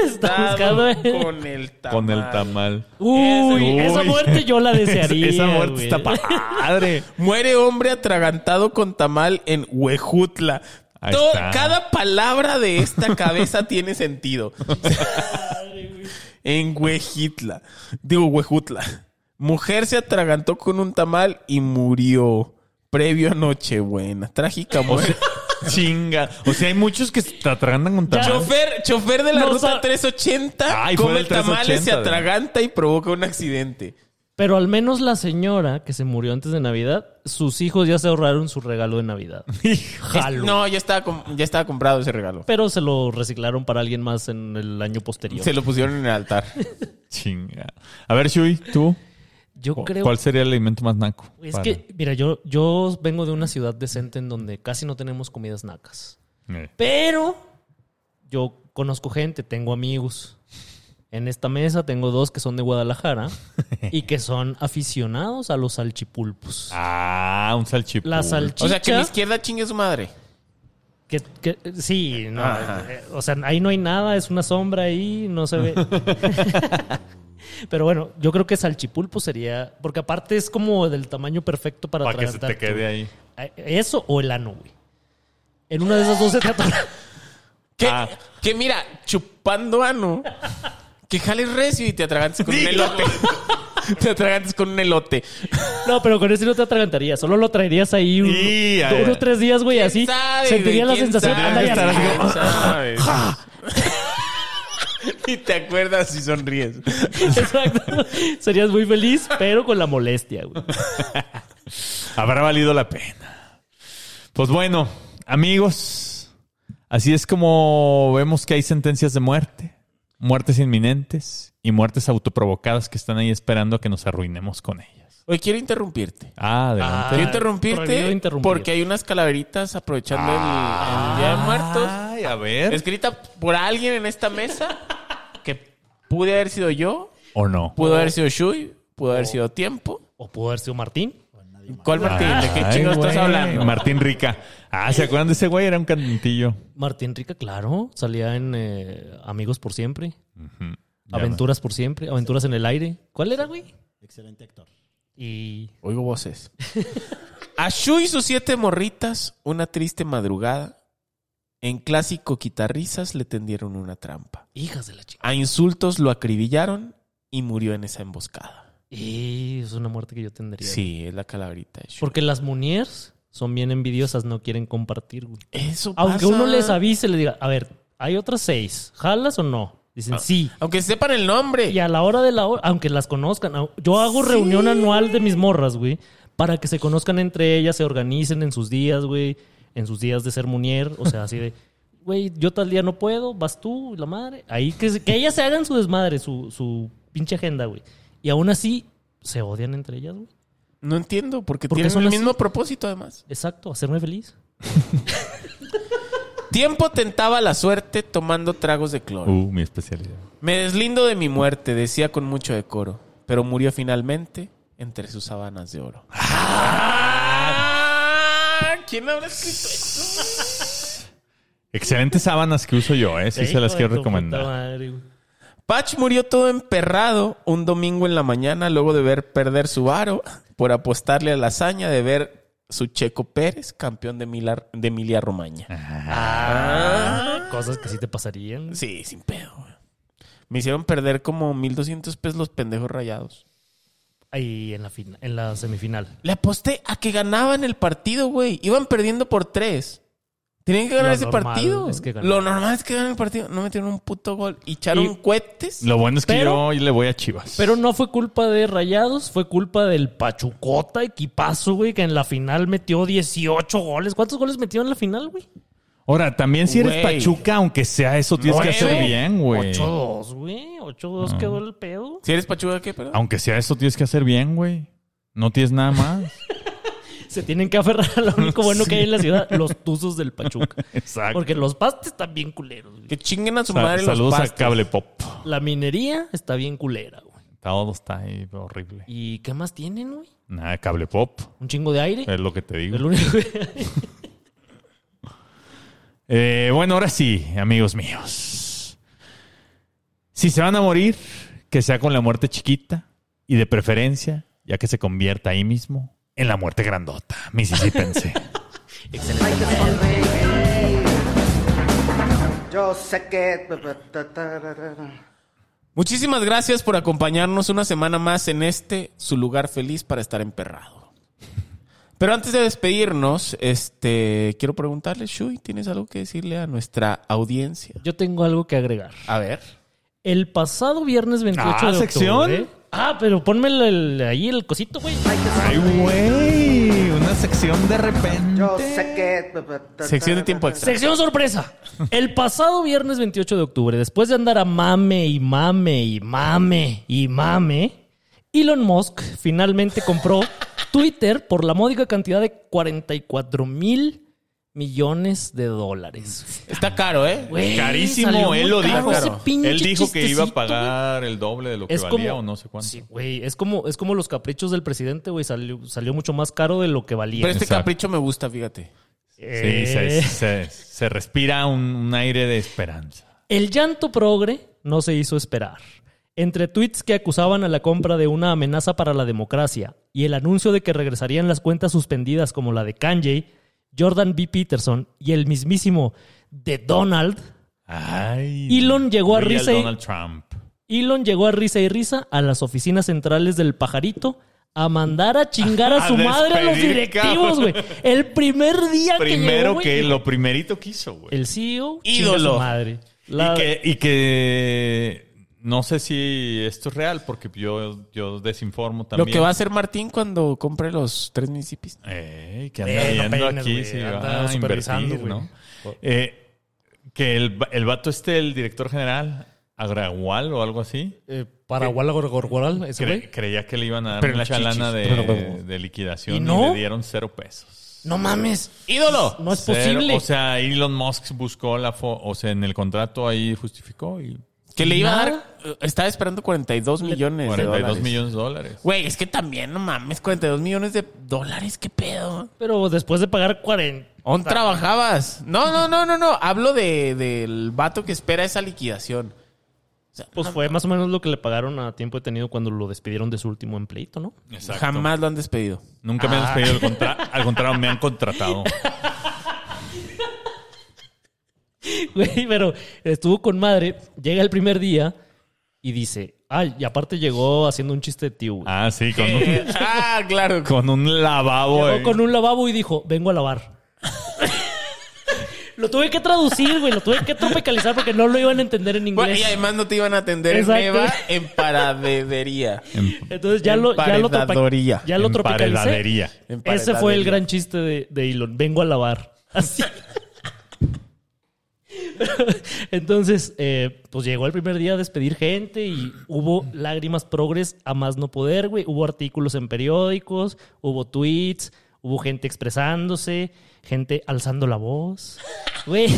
Está buscando, eh. con el tamal. Con el tamal. Uy, Uy. esa muerte yo la desearía. Esa muerte güey. está padre. Muere hombre atragantado con tamal en Huejutla. Ahí To- está. cada palabra de esta cabeza tiene sentido. en Huejitla. Digo, Huejutla. Mujer se atragantó con un tamal y murió. Previo a Nochebuena. Trágica muerte. Chinga. O sea, hay muchos que se atragantan con tamal. Chofer, chofer de la No ruta sa- 380 Ay, fue come del tamales, se 380, atraganta y provoca un accidente. Pero al menos la señora que se murió antes de Navidad, sus hijos ya se ahorraron su regalo de Navidad. Jalo. No, ya estaba, com- ya estaba comprado ese regalo. Pero se lo reciclaron para alguien más en el año posterior. Se lo pusieron en el altar. Chinga. A ver, Shui, tú. Yo ¿cu- creo ¿Cuál sería el alimento más naco? Es Para- que, mira, yo, yo vengo de una ciudad decente en donde casi no tenemos comidas nacas. Eh. Pero yo conozco gente, tengo amigos. En esta mesa tengo dos que son de Guadalajara y que son aficionados a los salchipulpos. Ah, un salchipulpo. La salchicha. O sea, que mi izquierda chingue su madre. que- que- sí, no. Ajá. eh, o sea, ahí no hay nada, es una sombra ahí, no se ve. Pero bueno, yo creo que salchipulpo sería. Porque aparte es como del tamaño perfecto para Para que se te atragantarte. Eh, quede ahí. Eso o el ano, güey. En una de esas dos se te atora. Que, Ah. que mira, chupando ano, que jales recio y te atragantes con un elote. te atragantes con un elote. No, pero con eso no te atragantarías. Solo lo traerías ahí un, Sí, ay, unos ay. tres días, güey, así. ¿Sabe, Sentirías la güey? ¿Quién sensación. sabe? Anda, ya. estarás así ¿Quién sabe? y te acuerdas y sonríes. Exacto. Serías muy feliz, pero con la molestia, güey. Habrá valido la pena. Pues bueno, amigos, así es como vemos que hay sentencias de muerte, muertes inminentes y muertes autoprovocadas que están ahí esperando a que nos arruinemos con ellas. Hoy quiero interrumpirte. Ah, adelante. Quiero Ah, prohibido interrumpirte interrumpir. porque hay unas calaveritas aprovechando el- el Día de Muertos. Ay, a ver. escrita por alguien en esta mesa que pude haber sido yo, ¿O no? pudo haber sido Shui, pudo haber sido Tiempo. O pudo haber sido Martín. ¿Cuál Martín? ¿De qué Ay, chingados estás güey. hablando? Martín Rica. Ah, ¿se acuerdan de ese güey? Era un cantillo. Martín Rica, claro. Salía en eh, Amigos por Siempre. Ya Aventuras por Siempre. Aventuras en el aire. ¿Cuál era, güey? Excelente actor. Y. Oigo voces. A Shui y sus siete morritas, una triste madrugada, en clásico quitarrisas le tendieron una trampa. Hijas de la chica. A insultos lo acribillaron y murió en esa emboscada. Y es una muerte que yo tendría. Sí, es la calaverita de Shui. Porque las Muniers son bien envidiosas, no quieren compartir, güey. Eso Aunque pasa. uno les avise, le diga, a ver, hay otras seis, ¿jalas o no? Ah. Dicen sí. Aunque sepan el nombre. Y a la hora de la hora, aunque las conozcan, au- yo hago reunión anual de mis morras, güey, para que se conozcan entre ellas, se organicen en sus días, güey, en sus días de ser munier, o sea, así de, güey, yo tal día no puedo, vas tú, la madre. Ahí que, se- que ellas se hagan su desmadre, su, su pinche agenda, güey. Y aún así, se odian entre ellas, güey. No entiendo, porque, Porque tienen son el así. mismo propósito además. Exacto, hacerme feliz. Tiempo tentaba la suerte tomando tragos de cloro. Uh, mi especialidad. Me deslindo de mi muerte, decía con mucho decoro, pero murió finalmente entre sus sábanas de oro. Ah, ¿Quién habrá escrito eso? Excelentes sábanas que uso yo, ¿eh? Sí, se Hijo las de quiero tu puta recomendar. madre, güey. Patch murió todo emperrado un domingo en la mañana luego de ver perder su aro por apostarle a la hazaña de ver su Checo Pérez, campeón de, Milar- de Emilia Romagna. Ah, cosas que sí te pasarían. Sí, sin pedo. güey. Me hicieron perder como 1200 pesos los pendejos rayados. Ahí en la, fina- en la semifinal. Le aposté a que ganaban el partido, güey. Iban perdiendo por tres. Tenían que ganar Lo ese normal partido. es que ganan. Lo normal es que ganen el partido. No metieron un puto gol. Y echaron Y- cohetes. Lo bueno es que Pero- yo le voy a Chivas. Pero no fue culpa de Rayados, fue culpa del Pachucota, equipazo, güey, que en la final metió 18 goles. ¿Cuántos goles metió en la final, güey? Ahora, también si eres Güey. Pachuca, aunque sea eso, tienes que Nueve. hacer bien, güey. Mm. 8-2, güey. 8-2 quedó el pedo. Si eres Pachuca, ¿qué? Perdón? Aunque sea eso, tienes que hacer bien, güey. No tienes nada más. Se tienen que aferrar a lo único bueno que hay en la ciudad, los tuzos del Pachuca. Exacto. Porque los pastes están bien culeros. güey. Que chinguen a su Sa- madre los saludos a pastes. Cable Pop. La minería está bien culera, güey. Todo está ahí horrible. ¿Y qué más tienen, güey? Nada, Cable Pop. ¿Un chingo de aire? Es lo que te digo. El único que- Eh, bueno, ahora sí, amigos míos. Si se van a morir, que sea con la muerte chiquita y de preferencia, ya que se convierta ahí mismo en la muerte grandota. Misisípense. Yo sé que... ta-ta-ta-ra-ra. Muchísimas gracias por acompañarnos una semana más en este su lugar feliz para estar emperrado. Pero antes de despedirnos, este quiero preguntarle, Shui, ¿tienes algo que decirle a nuestra audiencia? Yo tengo algo que agregar. A ver. El pasado viernes 28 Ah, de octubre... sección. Ah, pero ponme el- el- ahí el cosito, güey. Ay, güey. Una sección de repente. Yo sé que... ta-ta-ta-ra-ra. Sección de tiempo extra. Sección sorpresa. El pasado viernes 28 de octubre, después de andar a mame y mame y mame y mame, Elon Musk finalmente compró Twitter por la módica cantidad de 44 mil millones de dólares. Está caro, ¿eh? Güey, salió Carísimo, muy él lo caro dijo. ese pinche Él dijo que iba a chistecito, pagar el doble de lo que Es valía como- o no sé cuánto. Sí, güey, es como, es como los caprichos del presidente, güey, salió, salió mucho más caro de lo que valía. Pero este Exacto. capricho me gusta, fíjate. Sí, se, Eh. se- se respira un, un aire de esperanza. El llanto progre no se hizo esperar. Entre tweets que acusaban a la compra de una amenaza para la democracia y el anuncio de que regresarían las cuentas suspendidas como la de Kanye, Jordan B. Peterson y el mismísimo de Donald, Ay, Elon llegó a real risa y- Donald Trump. Elon llegó a risa y risa a las oficinas centrales del pajarito a mandar a chingar a A su madre a los despedir, directivos, cabrón. güey. El primer día Primero que que llegó, güey, lo primerito que hizo, güey. el E CEO ídolo Ídolo. su madre. La- Y, que, y que no sé si esto es real, porque yo, yo desinformo también. Lo que va a hacer Martín cuando compre los tres municipios. Ey, que anda Eh, no viendo peines, aquí güey, si anda va a supervisando, invertir, güey. ¿no? Eh, que el, va- el vato este, el director general, Agragual o algo así, eh, Paraguala Gorgoral, ese cre- güey. creía que le iban a dar Pero mucha las chichis. lana de, de liquidación ¿Y y, no? le dieron cero pesos. No mames. ¡Ídolo! No es Cero, posible. O sea, Elon Musk buscó la fo- o sea, en el contrato ahí justificó y Que le iba a ¿Nada? dar... eh, Estaba esperando 42 millones de 42 millones. millones de dólares. Güey, es que también, no mames, 42 millones de dólares, ¿qué pedo? Pero después de pagar 40. ¿On trabajabas? No, no, no, no, no. Hablo de, del vato que espera esa liquidación. Pues fue más o menos lo que le pagaron a tiempo detenido cuando lo despidieron de su último empleito, ¿no? Exacto. Jamás lo han despedido. Nunca Ah. me han despedido, al, contra- al contrario, me han contratado. Güey, pero estuvo con madre, llega el primer día y dice, ay, y aparte llegó haciendo un chiste de tío. güey. Ah, sí, con un, ah, claro. con un lavabo. llegó eh. con un lavabo y dijo, vengo a lavar. lo tuve que traducir, güey, lo tuve que tropicalizar porque no lo iban a entender en Güey, inglés. y además no te iban a atender en Exacto. Eva en paradería. En- Entonces ya lo, ya lo, tropa- Emparedadoría. ya lo tropicalicé. Emparedadería. Ese fue el Emparedadería. gran chiste de, de Elon. Vengo a lavar. Así. Entonces, eh, pues llegó el primer día a despedir gente y hubo lágrimas progres a más no poder, güey. Hubo artículos en periódicos, hubo tweets, hubo gente expresándose, gente alzando la voz. Güey,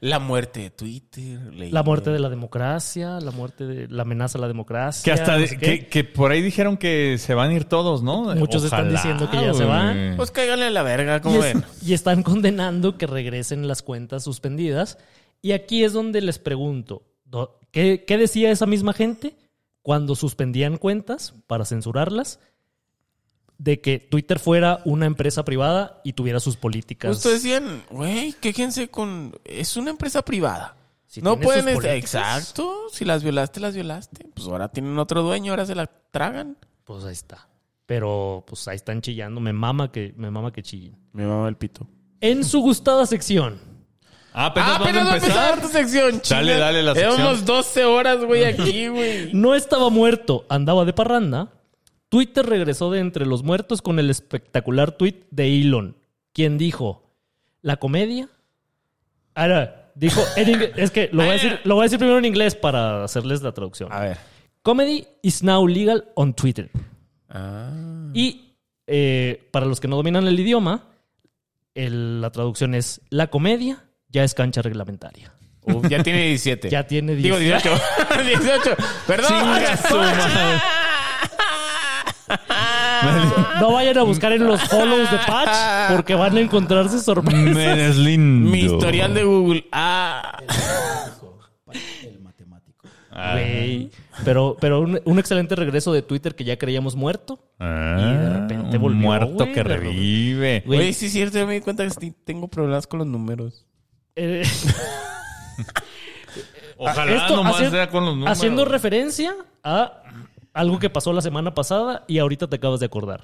La muerte de Twitter. leí. la muerte de la democracia, la muerte de la amenaza a la democracia. Que hasta no de- sé pues, qué. que, que por ahí dijeron que se van a ir todos, ¿no? Muchos están diciendo que ya se van. güey. Pues cáiganle a la verga, Y, como es- ven. y están condenando que regresen las cuentas suspendidas. Y aquí es donde les pregunto, do- ¿qué, qué decía esa misma gente cuando suspendían cuentas para censurarlas? De que Twitter fuera una empresa privada y tuviera sus políticas. Justo decían, güey, quéjense con... Es una empresa privada. Si no tiene pueden... sus estar- políticas. Exacto. Si las violaste, las violaste. Pues ahora tienen otro dueño, ahora se la tragan. Pues ahí está. Pero pues ahí están chillando. Me mama que, me mama que chillen. Me mama el pito. En su gustada sección. Ah, apenas, Ah, apenas vamos va a a empezar empezar. tu sección, chinga. Dale, dale la sección. Llevamos 12 horas, güey, aquí, güey. No estaba muerto, andaba de parranda. Twitter regresó de entre los muertos con el espectacular tweet de Elon, quien dijo, la comedia... Ahora, dijo, en ingle- es que lo voy, a decir, lo voy a decir primero en inglés para hacerles la traducción. A ver. Comedy is now legal on Twitter. Ah. Y eh, para los que no dominan el idioma, el- la traducción es la comedia ya es cancha reglamentaria. Uf, ya tiene 17. Ya tiene Digo 10. 18. 18. Perdón. Chinga su madre. No vayan a buscar en los follows de Patch porque van a encontrarse sorpresas. Meneslindo. Mi historial de Google. Ah. El matemático. Güey. Pero, pero un, un excelente regreso de Twitter que ya creíamos muerto. Ah, Y de repente un volvió, muerto güey, que de- revive. Güey, Oye, sí es cierto, yo me di cuenta que sí tengo problemas con los números. eh, Ojalá esto nomás hace- sea con los números. haciendo referencia a algo que pasó la semana pasada y ahorita te acabas de acordar.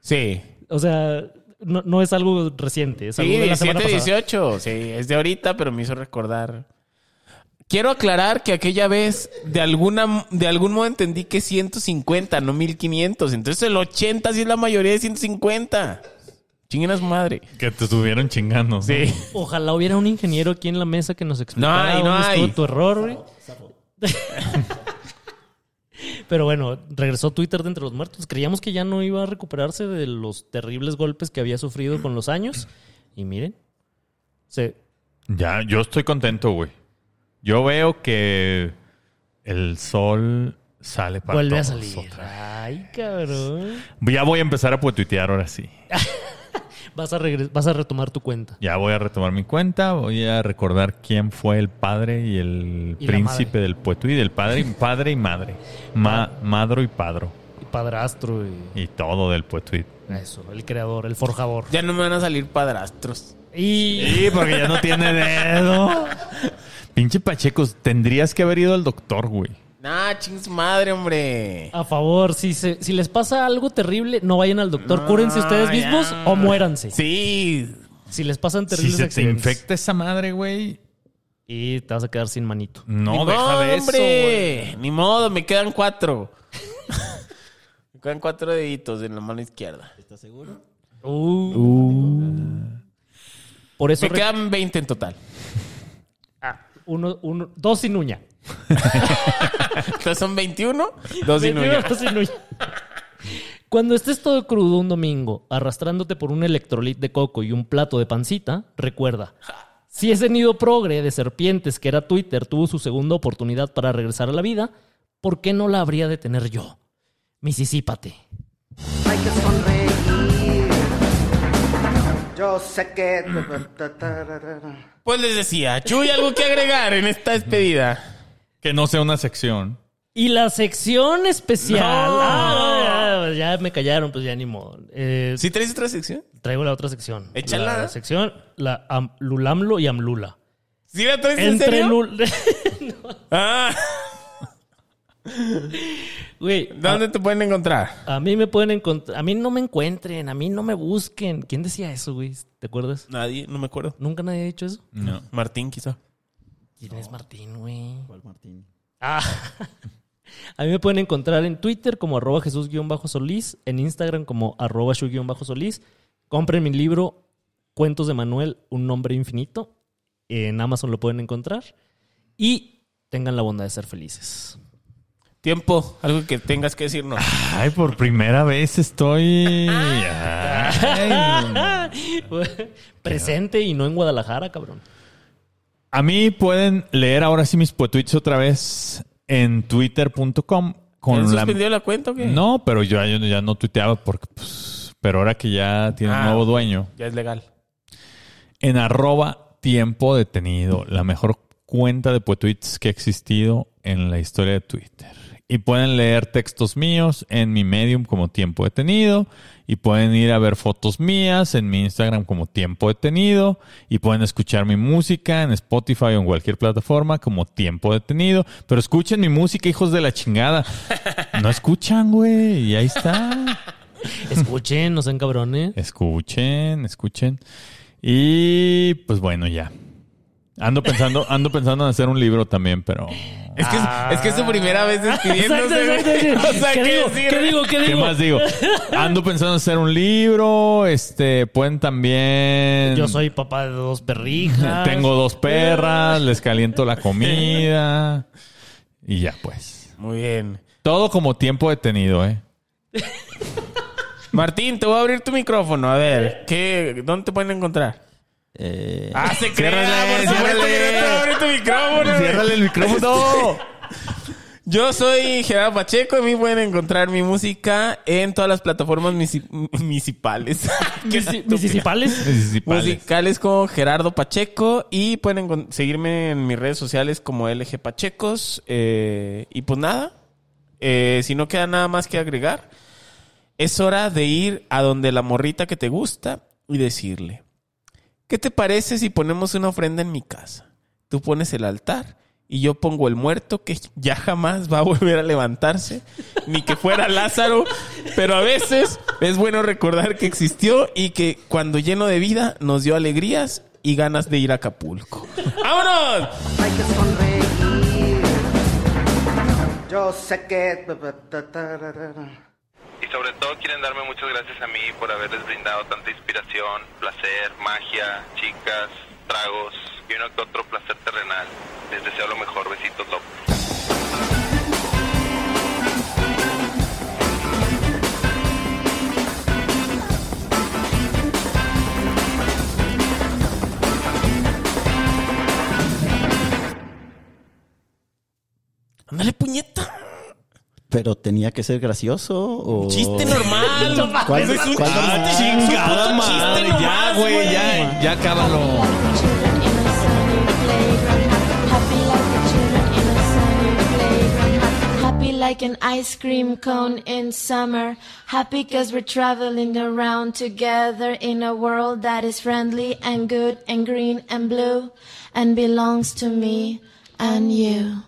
Sí. O sea, no, no es algo reciente, es Sí, algo de la semana 17, pasada. 18. Sí, es de ahorita, pero me hizo recordar. Quiero aclarar que aquella vez de alguna de algún modo entendí que 150, no 1500. Entonces el 80 sí es la mayoría de 150. Chinguen a su madre. Que te estuvieron chingando. ¿no? Sí. Ojalá hubiera un ingeniero aquí en la mesa que nos explicara No hay, no dónde estuvo hay. tu error, güey. Pero bueno, regresó Twitter de entre los muertos. Creíamos que ya no iba a recuperarse de los terribles golpes que había sufrido con los años. Y miren, se, Ya, yo estoy contento, güey. Yo veo que el sol sale para vuelve a todos salir. otra vez. Ay, cabrón. Ya voy a empezar a puetuitear ahora sí. Vas a, regres- vas a retomar tu cuenta. Ya voy a retomar mi cuenta, voy a recordar quién fue el padre y el Y la príncipe madre. del pueto y del padre, y- padre y madre. Ma- madro y padro. Y padrastro y Y todo del pueto y... eso, el creador, el forjador. Ya no me van a salir padrastros. Y Sí, porque ya no tiene dedo. Pinche Pachecos, tendrías que haber ido al doctor, güey. Nah, ching su madre, hombre. a favor, si, se- si les pasa algo terrible, no vayan al doctor. No, Cúrense ustedes mismos ya. o muéranse. Sí. Si les pasan Si terribles se te accidentes. infecta esa madre, güey, Y te vas a quedar sin manito. no, Ni deja modo, de eso, güey. hombre. Ni modo, me quedan cuatro. me quedan cuatro deditos en la mano izquierda. ¿Estás seguro? Uh. Por eso Uh. Me re- quedan 20 en total. ah, uno, uno, dos sin uña. Entonces son 21, dos sin Primero uña. dos sin uña. Cuando estés todo crudo un domingo, arrastrándote por un electrolit de coco y un plato de pancita, recuerda. Si ese nido progre de serpientes que era Twitter tuvo su segunda oportunidad para regresar a la vida, ¿por qué no la habría de tener yo? Misisípate. Hay que sonreír. Yo sé que. Pues les decía, Chuy, algo que agregar en esta despedida. Que no sea una sección. Y la sección especial. No. Ah, ya, ya me callaron, pues ya ni modo. Eh, ¿Sí traes otra sección? Traigo la otra sección. Échala. La sección, la Am- Lulamlo y Amlula. ¿Sí la traes en Entre serio? Lul. Ah, Güey, ¿Dónde te pueden encontrar? a, a mí me pueden encontrar. A mí no me encuentren, a mí no me busquen. ¿Quién decía eso, güey? ¿Te acuerdas? Nadie, no me acuerdo. Nunca nadie ha dicho eso. No. Martín, quizá. ¿Quién es Martín, güey? ¿Cuál Martín? Ah. A mí me pueden encontrar en Twitter como arroba Jesús-Solís, en Instagram como arroba Shu-Solís. Compren mi libro Cuentos de Manuel, Un Nombre Infinito. En Amazon lo pueden encontrar. Y tengan la bondad de ser felices. Tiempo, algo que tengas que decirnos. Ah, Ay, por primera vez estoy. Ay. Presente y no en Guadalajara, cabrón. A mí pueden leer ahora sí mis poetuits otra vez en twitter.com ¿Te ¿Han con la. suspendido la cuenta o qué? No, pero yo ya, ya no tuiteaba porque. pues, pero ahora que ya tiene un Ah. nuevo dueño. Ya es legal. En arroba tiempo detenido, la mejor cuenta de poetuits que ha existido en la historia de Twitter. Y pueden leer textos míos en mi medium como tiempo detenido. Y pueden ir a ver fotos mías en mi Instagram como tiempo detenido. Y pueden escuchar mi música en Spotify o en cualquier plataforma como tiempo detenido. Pero escuchen mi música, hijos de la chingada. No escuchan, güey. Y ahí está. Escuchen, no sean cabrones. Escuchen, escuchen. Y pues bueno, ya. Ando pensando, ando pensando en hacer un libro también, pero. Es que, es, es que es su primera vez despidiéndose. Ah. Exacto, exacto, güey. exacto. O sea, ¿Qué, ¿qué digo? decir? ¿Qué digo? ¿Qué ¿Qué digo? más digo? Ando pensando en hacer un libro. Este, pueden también. Yo soy papá de dos perrijas. Tengo dos perras, les caliento la comida. Y ya pues. Muy bien. Todo como tiempo detenido, ¿eh? Martín, te voy a abrir tu micrófono. A ver, ¿qué, ¿dónde te pueden encontrar? Eh, Ah, se Ciérrale, crea, por supuesto que no te voy a abrir tu micrófono. güey. Ciérrale el micrófono. Este, Yo soy Gerardo Pacheco y me pueden encontrar mi música en todas las plataformas misi- municipales. Qué Misi- estúpida. ¿Municipales? Municipales. Musicales con Gerardo Pacheco y pueden encon- seguirme en mis redes sociales como LG Pachecos. eh, y pues nada, eh, si no queda nada más que agregar, es hora de ir a donde la morrita que te gusta y decirle, ¿qué te parece si ponemos una ofrenda en mi casa? Tú pones el altar y yo pongo el muerto que ya jamás va a volver a levantarse, ni que fuera Lázaro, pero a veces es bueno recordar que existió y que cuando lleno de vida nos dio alegrías y ganas de ir a Acapulco. ¡Vámonos! Hay que sonreír. Yo sé que. ta-ta-ta-ra-ra. Y sobre todo quieren darme muchas gracias a mí por haberles brindado tanta inspiración, placer, magia, chicas, tragos y uno que otro placer terrenal. Les deseo lo mejor. Besitos, López. Ándale, puñeta. pero tenía que ser gracioso o... Chiste normal. ¿Cuál- Ese es un cuál chiste, normal? chingada Oh. Chingada puto chiste madre. Ya, nomás, güey, ya, ya cábalo. Happy Like an ice cream cone in summer. Happy cause we're traveling around together in a world that is friendly and good and green and blue and belongs to me and you.